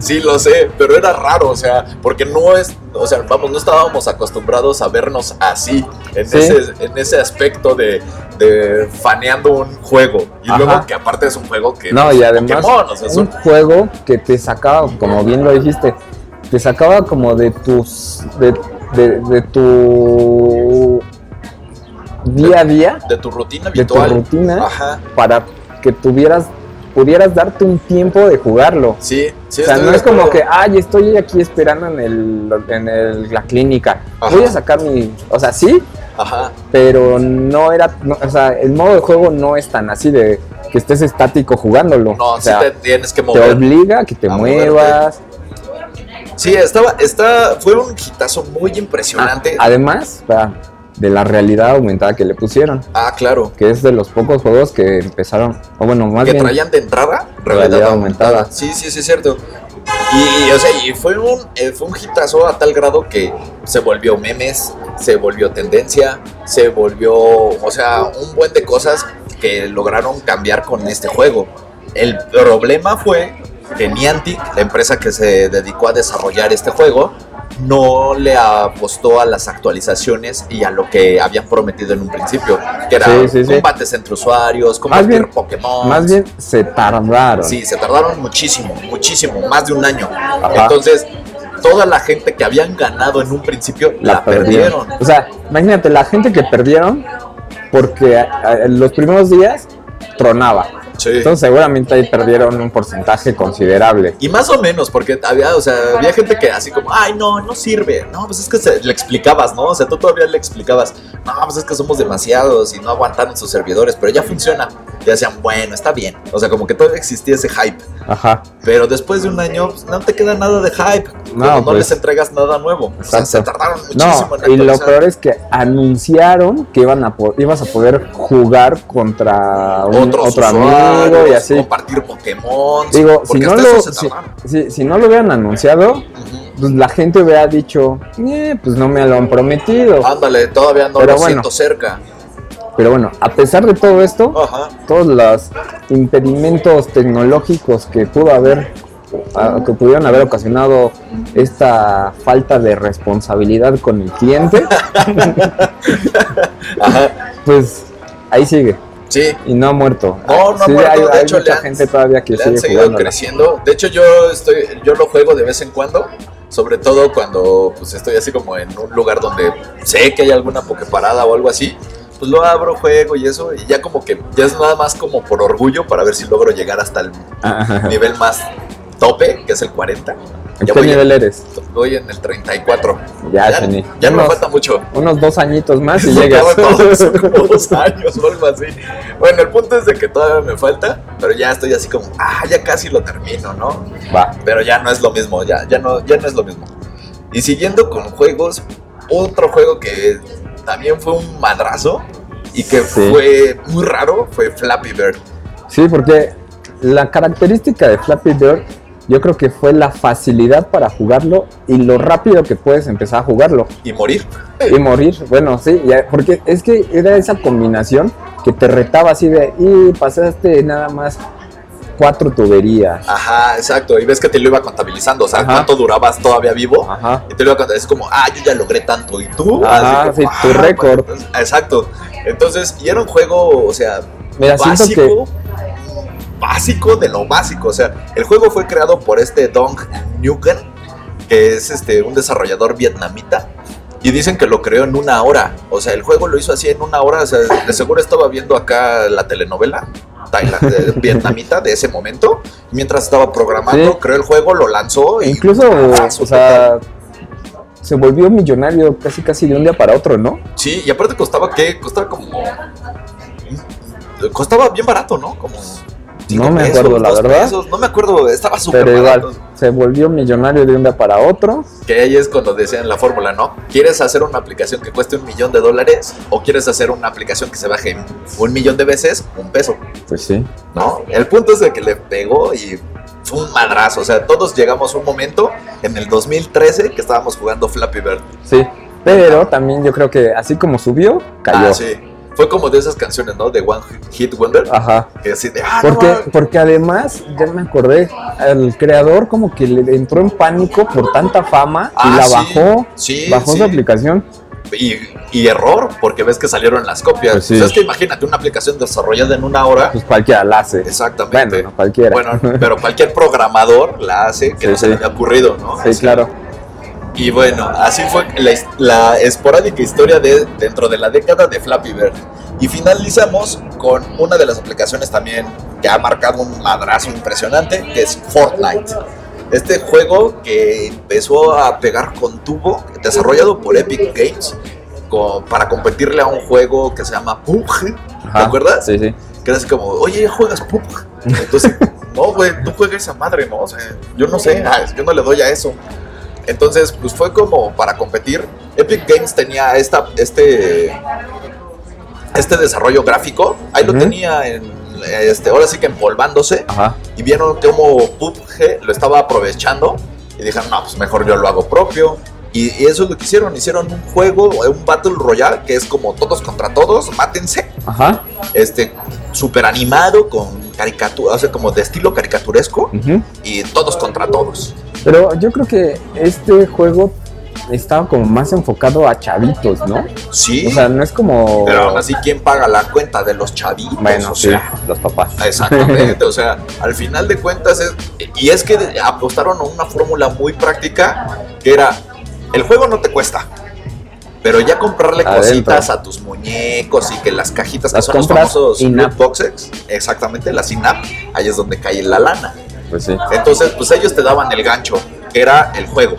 Speaker 1: Sí, lo sé, pero era raro, o sea, porque no es, o sea, vamos, no estábamos acostumbrados a vernos así, en,
Speaker 2: Sí.
Speaker 1: ese, en ese aspecto de, de faneando un juego. Y
Speaker 2: Ajá.
Speaker 1: luego que aparte es un juego que...
Speaker 2: No,
Speaker 1: pues,
Speaker 2: y además
Speaker 1: Pokémon, o sea, es
Speaker 2: un
Speaker 1: un-
Speaker 2: juego que te sacaba, como bien lo dijiste, te sacaba como de tus de, de- de tu día a día,
Speaker 1: de tu rutina
Speaker 2: de tu
Speaker 1: habitual.
Speaker 2: rutina
Speaker 1: Ajá,
Speaker 2: para que tuvieras pudieras darte un tiempo de jugarlo.
Speaker 1: sí, sí.
Speaker 2: O sea,
Speaker 1: estoy
Speaker 2: no
Speaker 1: de
Speaker 2: es como
Speaker 1: acuerdo.
Speaker 2: que, ay, estoy aquí esperando en, el, en el- la clínica.
Speaker 1: Ajá.
Speaker 2: Voy a sacar mi. O sea, sí,
Speaker 1: Ajá,
Speaker 2: pero no era. no- o sea, el modo de juego no es tan así de que estés estático jugándolo.
Speaker 1: no,
Speaker 2: o sea,
Speaker 1: sí te tienes que
Speaker 2: te
Speaker 1: mover.
Speaker 2: obliga a que te
Speaker 1: a moverte.
Speaker 2: muevas.
Speaker 1: Sí, estaba, está, fue un hitazo muy impresionante.
Speaker 2: Ah, además, o sea, de la realidad aumentada que le pusieron,
Speaker 1: ah claro.
Speaker 2: que es de los pocos juegos que empezaron. O bueno, más
Speaker 1: que
Speaker 2: bien.
Speaker 1: traían de entrada
Speaker 2: Realidad aumentada.
Speaker 1: Sí, sí, sí, es cierto. Y, o sea, y fue un eh, fue un hitazo a tal grado que se volvió memes, se volvió tendencia, se volvió, o sea, un buen de cosas que lograron cambiar con este juego. El problema fue que Niantic, la empresa que se dedicó a desarrollar este juego, no le apostó a las actualizaciones y a lo que habían prometido en un principio, que era
Speaker 2: Sí, sí, sí.
Speaker 1: combates entre usuarios, combatir
Speaker 2: bien-
Speaker 1: Pokémon.
Speaker 2: Más bien se tardaron.
Speaker 1: Sí, se tardaron muchísimo, muchísimo, más de un año.
Speaker 2: Ajá.
Speaker 1: Entonces, toda la gente que habían ganado en un principio la, perdieron.
Speaker 2: O sea, imagínate, la gente que perdieron porque eh, los primeros días tronaba.
Speaker 1: Sí.
Speaker 2: Entonces seguramente ahí perdieron un porcentaje considerable.
Speaker 1: y más o menos, porque había, o sea, había gente que así como, ay, no, no sirve. No, pues es que se- le explicabas, ¿no? O sea, tú todavía le explicabas, no, pues es que somos demasiados y no aguantaron sus servidores, pero ya funciona. Y decían, bueno, está bien. O sea, como que todavía existía ese hype.
Speaker 2: Ajá.
Speaker 1: Pero después de un año, pues, no te queda nada de hype.
Speaker 2: No,
Speaker 1: No, no
Speaker 2: pues.
Speaker 1: les entregas nada nuevo. O sea,
Speaker 2: Exacto.
Speaker 1: se tardaron
Speaker 2: No,
Speaker 1: muchísimo en
Speaker 2: y lo
Speaker 1: actualizar.
Speaker 2: peor es que anunciaron que iban a po- ibas a poder jugar contra un-
Speaker 1: otros
Speaker 2: otro
Speaker 1: usuarios,
Speaker 2: amigo y así.
Speaker 1: compartir Pokémon.
Speaker 2: Digo, si
Speaker 1: porque
Speaker 2: no,
Speaker 1: hasta
Speaker 2: lo,
Speaker 1: eso se
Speaker 2: si,
Speaker 1: tardaron.
Speaker 2: si- si no lo hubieran anunciado,
Speaker 1: Ujú.
Speaker 2: pues la gente hubiera dicho, "Eh, pues no me lo han prometido.
Speaker 1: Ándale, todavía no
Speaker 2: Pero
Speaker 1: lo
Speaker 2: bueno.
Speaker 1: siento cerca.
Speaker 2: Pero bueno, a pesar de todo esto,
Speaker 1: Ajá.
Speaker 2: todos los impedimentos tecnológicos que pudo haber a- que pudieron haber ocasionado esta falta de responsabilidad con el cliente,
Speaker 1: Ajá.
Speaker 2: pues ahí sigue
Speaker 1: Sí.
Speaker 2: y no ha muerto.
Speaker 1: No, no ha
Speaker 2: Sí,
Speaker 1: muerto,
Speaker 2: hay,
Speaker 1: de
Speaker 2: hay
Speaker 1: hecho, le
Speaker 2: mucha
Speaker 1: han-
Speaker 2: gente todavía que
Speaker 1: Le han
Speaker 2: sigue
Speaker 1: seguido
Speaker 2: jugando.
Speaker 1: creciendo. De hecho, yo estoy, yo lo juego de vez en cuando. Sobre todo cuando pues estoy así como en un lugar donde sé que hay alguna Poképarada o algo así. Pues lo abro, juego y eso. Y ya como que ya es nada más como por orgullo para ver si logro llegar hasta el nivel más tope, que es el 40.
Speaker 2: ¿En
Speaker 1: Ya
Speaker 2: qué
Speaker 1: voy,
Speaker 2: nivel eres?
Speaker 1: voy en el 34.
Speaker 2: Ya,
Speaker 1: ya,
Speaker 2: Chani.
Speaker 1: ya no me
Speaker 2: unos,
Speaker 1: falta mucho.
Speaker 2: unos dos añitos más y
Speaker 1: Eso
Speaker 2: llegas.
Speaker 1: tarda todo, son como dos años o algo así. Bueno, el punto es de que todavía me falta, pero ya estoy así como, ah, ya casi lo termino, ¿no?
Speaker 2: Va.
Speaker 1: Pero ya no es lo mismo, ya, ya, no, ya no es lo mismo. Y siguiendo con juegos, otro juego que también fue un madrazo y que
Speaker 2: Sí.
Speaker 1: fue muy raro fue Flappy Bird.
Speaker 2: Sí, porque la característica de Flappy Bird yo creo que fue la facilidad para jugarlo y lo rápido que puedes empezar a jugarlo
Speaker 1: Y morir.
Speaker 2: y morir. Bueno, sí, ya- porque es que era esa combinación que te retaba así de, y pasaste nada más cuatro tuberías.
Speaker 1: Ajá, exacto. Y ves que te lo iba contabilizando. O sea,
Speaker 2: Ajá.
Speaker 1: cuánto durabás todavía vivo.
Speaker 2: Ajá.
Speaker 1: Y te lo iba contando. Es como, ah, yo ya logré tanto. Y tú.
Speaker 2: Ajá,
Speaker 1: Así
Speaker 2: sí, tu
Speaker 1: ah,
Speaker 2: récord.
Speaker 1: pues, Exacto. Entonces, y era un juego, o sea,
Speaker 2: Mira, siento que
Speaker 1: básico. Básico de lo básico. O sea, el juego fue creado por este Dong Nguyen, que es este, un desarrollador vietnamita. Y dicen que lo creó en una hora. O sea, el juego lo hizo así en una hora. O sea, de seguro estaba viendo acá la telenovela tailand- eh, vietnamita de ese momento. Mientras estaba programando,
Speaker 2: Sí.
Speaker 1: creó el juego, lo lanzó. Y
Speaker 2: incluso,
Speaker 1: Ah, su
Speaker 2: o sea, se volvió millonario casi casi de un día para otro, ¿no?
Speaker 1: Sí, y aparte costaba que costaba como costaba bien barato, ¿no? Como cinco
Speaker 2: No me acuerdo, la
Speaker 1: dos
Speaker 2: verdad.
Speaker 1: pesos, no me acuerdo, estaba súper
Speaker 2: Pero
Speaker 1: barato.
Speaker 2: igual, se volvió millonario de un día para otro.
Speaker 1: Que ahí es cuando decían la fórmula, ¿no? ¿Quieres hacer una aplicación que cueste un millón de dólares o quieres hacer una aplicación que se baje un millón de veces un peso?
Speaker 2: Pues sí.
Speaker 1: ¿no? El punto es de que le pegó y fue un madrazo. O sea, todos llegamos a un momento en el 2013 que estábamos jugando Flappy Bird.
Speaker 2: Sí. Pero también yo creo que así como subió, cayó.
Speaker 1: Ah, sí. Fue como de esas canciones, ¿no? De One Hit Wonder.
Speaker 2: Ajá.
Speaker 1: Que así de, ah, no
Speaker 2: Porque,
Speaker 1: mames.
Speaker 2: porque además, ya me acordé, el creador como que le entró en pánico por tanta fama
Speaker 1: Ah,
Speaker 2: y la
Speaker 1: sí,
Speaker 2: bajó,
Speaker 1: sí,
Speaker 2: bajó
Speaker 1: sí.
Speaker 2: su aplicación.
Speaker 1: Y, y error, porque ves que salieron las copias.
Speaker 2: Pues sí.
Speaker 1: O sea, es que imagínate una aplicación desarrollada en una hora.
Speaker 2: Pues cualquiera la hace.
Speaker 1: Exactamente.
Speaker 2: Bueno, no cualquiera.
Speaker 1: Bueno, pero cualquier programador la hace que
Speaker 2: Sí,
Speaker 1: no se le
Speaker 2: sí.
Speaker 1: haya ocurrido, ¿no?
Speaker 2: sí, claro.
Speaker 1: Y bueno, así fue la, his- la esporádica historia de dentro de la década de Flappy Bird. Y finalizamos con una de las aplicaciones también que ha marcado un madrazo impresionante, que es Fortnite. Este juego que empezó a pegar con tubo, desarrollado por Epic Games, con- para competirle a un juego que se llama PUBG,
Speaker 2: Ajá.
Speaker 1: ¿Te acuerdas?
Speaker 2: Sí, sí.
Speaker 1: que era así como, oye, ¿ya juegas PUBG? Entonces, no, güey, no juegas esa madre, ¿no? O sea, yo no sé, ah, yo no le doy a eso. Entonces, pues fue como para competir. Epic Games tenía esta, este, este desarrollo gráfico. Ahí lo
Speaker 2: Ujú.
Speaker 1: tenía en, este, ahora sí que empolvándose.
Speaker 2: Ajá.
Speaker 1: Y vieron cómo PUBG lo estaba aprovechando. Y dijeron, no, pues mejor yo lo hago propio. Y, y eso es lo que hicieron. Hicieron un juego, un Battle Royale, que es como todos contra todos, mátense
Speaker 2: Ajá.
Speaker 1: este super animado con caricatura, o sea, como de estilo caricaturesco
Speaker 2: ujú.
Speaker 1: y todos contra todos.
Speaker 2: Pero yo creo que este juego estaba como más enfocado a chavitos, ¿no?
Speaker 1: Sí,
Speaker 2: O sea, no es como...
Speaker 1: pero aún así quién paga la cuenta de los chavitos,
Speaker 2: bueno,
Speaker 1: o
Speaker 2: sí,
Speaker 1: sea,
Speaker 2: los papás.
Speaker 1: exactamente, o sea, al final de cuentas es y es que apostaron a una fórmula muy práctica que era el juego no te cuesta pero ya comprarle
Speaker 2: Adentro.
Speaker 1: cositas a tus muñecos y que las cajitas que
Speaker 2: Las
Speaker 1: son los
Speaker 2: compras
Speaker 1: famosos
Speaker 2: in-app.
Speaker 1: loot boxes, exactamente, las in-app, ahí es donde cae la lana.
Speaker 2: Pues sí.
Speaker 1: Entonces, pues ellos te daban el gancho, que era el juego.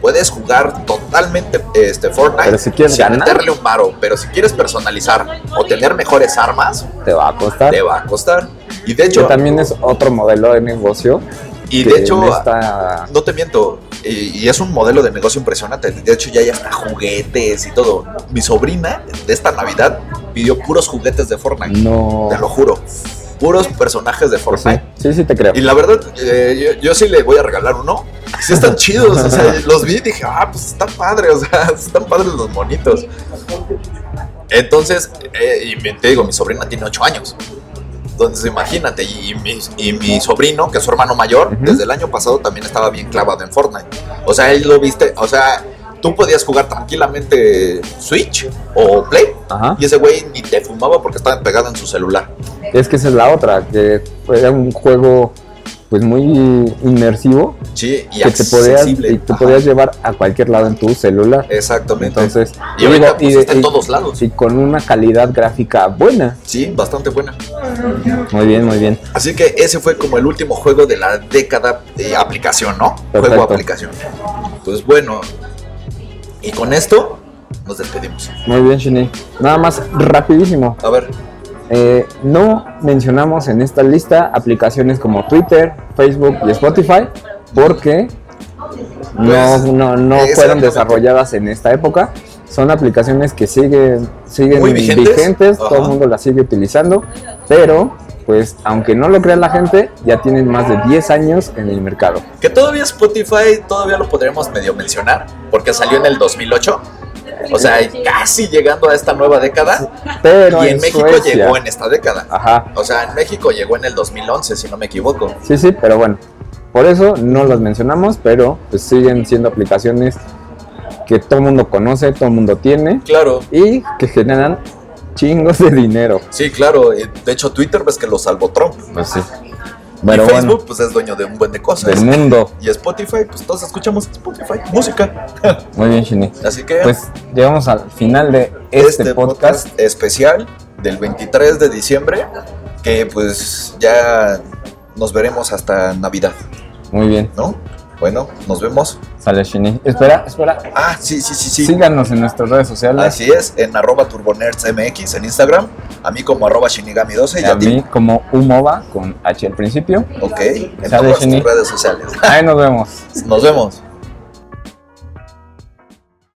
Speaker 1: Puedes jugar totalmente este, Fortnite
Speaker 2: Pero si quieres
Speaker 1: sin
Speaker 2: ganar.
Speaker 1: meterle un varo, pero si quieres personalizar o tener mejores armas,
Speaker 2: Te va a costar.
Speaker 1: te va a costar. Y de
Speaker 2: Que
Speaker 1: hecho,
Speaker 2: Ah. también es otro modelo de negocio.
Speaker 1: y
Speaker 2: que
Speaker 1: de hecho
Speaker 2: en esta-
Speaker 1: no te miento, y, y es un modelo de negocio impresionante. De hecho, ya hay hasta juguetes y todo. Mi sobrina de esta Navidad pidió puros juguetes de Fortnite,
Speaker 2: No.
Speaker 1: te lo juro. Puros personajes de
Speaker 2: Pues sí.
Speaker 1: Fortnite.
Speaker 2: sí, sí te creo.
Speaker 1: Y la verdad, eh, yo, yo sí le voy a regalar uno. Sí están chidos, o sea, los vi y dije, ah, pues está padre, o sea, están padres los monitos. Entonces, eh, y me- te digo, mi sobrina tiene 8 años. Entonces, imagínate, y mi, y mi sobrino, que es su hermano mayor,
Speaker 2: Ujú.
Speaker 1: desde el año pasado también estaba bien clavado en Fortnite. O sea, él lo viste, o sea, tú podías jugar tranquilamente Switch o Play.
Speaker 2: Ajá.
Speaker 1: Y ese güey ni te fumaba porque estaba pegado en su celular.
Speaker 2: Es que esa es la otra, que era un juego pues muy inmersivo
Speaker 1: Sí, y
Speaker 2: que te podías,
Speaker 1: accesible.
Speaker 2: y te
Speaker 1: Ajá.
Speaker 2: podías llevar a cualquier lado en tu celular.
Speaker 1: Exactamente.
Speaker 2: Entonces,
Speaker 1: y ahorita
Speaker 2: digo,
Speaker 1: pues,
Speaker 2: de-
Speaker 1: está en todos lados.
Speaker 2: y con una calidad gráfica buena.
Speaker 1: Sí, bastante buena.
Speaker 2: Muy bien, muy bien.
Speaker 1: Así que ese fue como el último juego de la década de aplicación, ¿no? Juego
Speaker 2: Perfecto.
Speaker 1: aplicación. Pues bueno. Y con esto nos despedimos.
Speaker 2: Muy bien, Shini. Nada más rapidísimo.
Speaker 1: A ver,
Speaker 2: eh, no mencionamos en esta lista aplicaciones como Twitter, Facebook y Spotify porque
Speaker 1: Pues,
Speaker 2: no, no, no
Speaker 1: exactamente.
Speaker 2: fueron desarrolladas en esta época. Son aplicaciones que siguen, siguen
Speaker 1: Muy vigentes.
Speaker 2: todo
Speaker 1: Ajá.
Speaker 2: el mundo las sigue utilizando, pero pues aunque no lo crea la gente, ya tienen más de 10 años en el mercado.
Speaker 1: que todavía Spotify todavía lo podríamos medio mencionar porque salió en el 2008. O sea, casi llegando a esta nueva década.
Speaker 2: Pero
Speaker 1: Y en México
Speaker 2: Suecia-
Speaker 1: llegó en esta década.
Speaker 2: Ajá.
Speaker 1: O sea, en México llegó en el 2011, si no me equivoco.
Speaker 2: Sí, sí, pero bueno. Por eso no las mencionamos, pero pues siguen siendo aplicaciones que todo el mundo conoce, todo el mundo tiene
Speaker 1: Claro,
Speaker 2: y que generan chingos de dinero.
Speaker 1: sí, claro. eh, De hecho, Twitter ves que lo salvó Trump.
Speaker 2: Pues sí.
Speaker 1: y
Speaker 2: Pero
Speaker 1: Facebook,
Speaker 2: bueno,
Speaker 1: pues es dueño de un buen de cosas.
Speaker 2: del mundo.
Speaker 1: Y Spotify, pues todos escuchamos Spotify, música.
Speaker 2: Muy bien, Shini.
Speaker 1: Así que
Speaker 2: Pues llegamos al final de este,
Speaker 1: este, podcast,
Speaker 2: podcast.
Speaker 1: especial del 23 de diciembre, que pues ya nos veremos hasta Navidad,
Speaker 2: Muy bien,
Speaker 1: ¿no? Bueno, nos vemos.
Speaker 2: sale Shini. Espera, espera.
Speaker 1: Ah, sí, sí, sí, Ah, sí.
Speaker 2: Síganos en nuestras redes sociales.
Speaker 1: Así es, en arroba turbonerdsmx en Instagram, a mí como arroba shinigami12 y
Speaker 2: a
Speaker 1: a ti.
Speaker 2: mí como Umova con H al principio.
Speaker 1: Ok, en
Speaker 2: Sale,
Speaker 1: todas
Speaker 2: Shini.
Speaker 1: tus redes sociales.
Speaker 2: Ahí nos vemos.
Speaker 1: Nos vemos.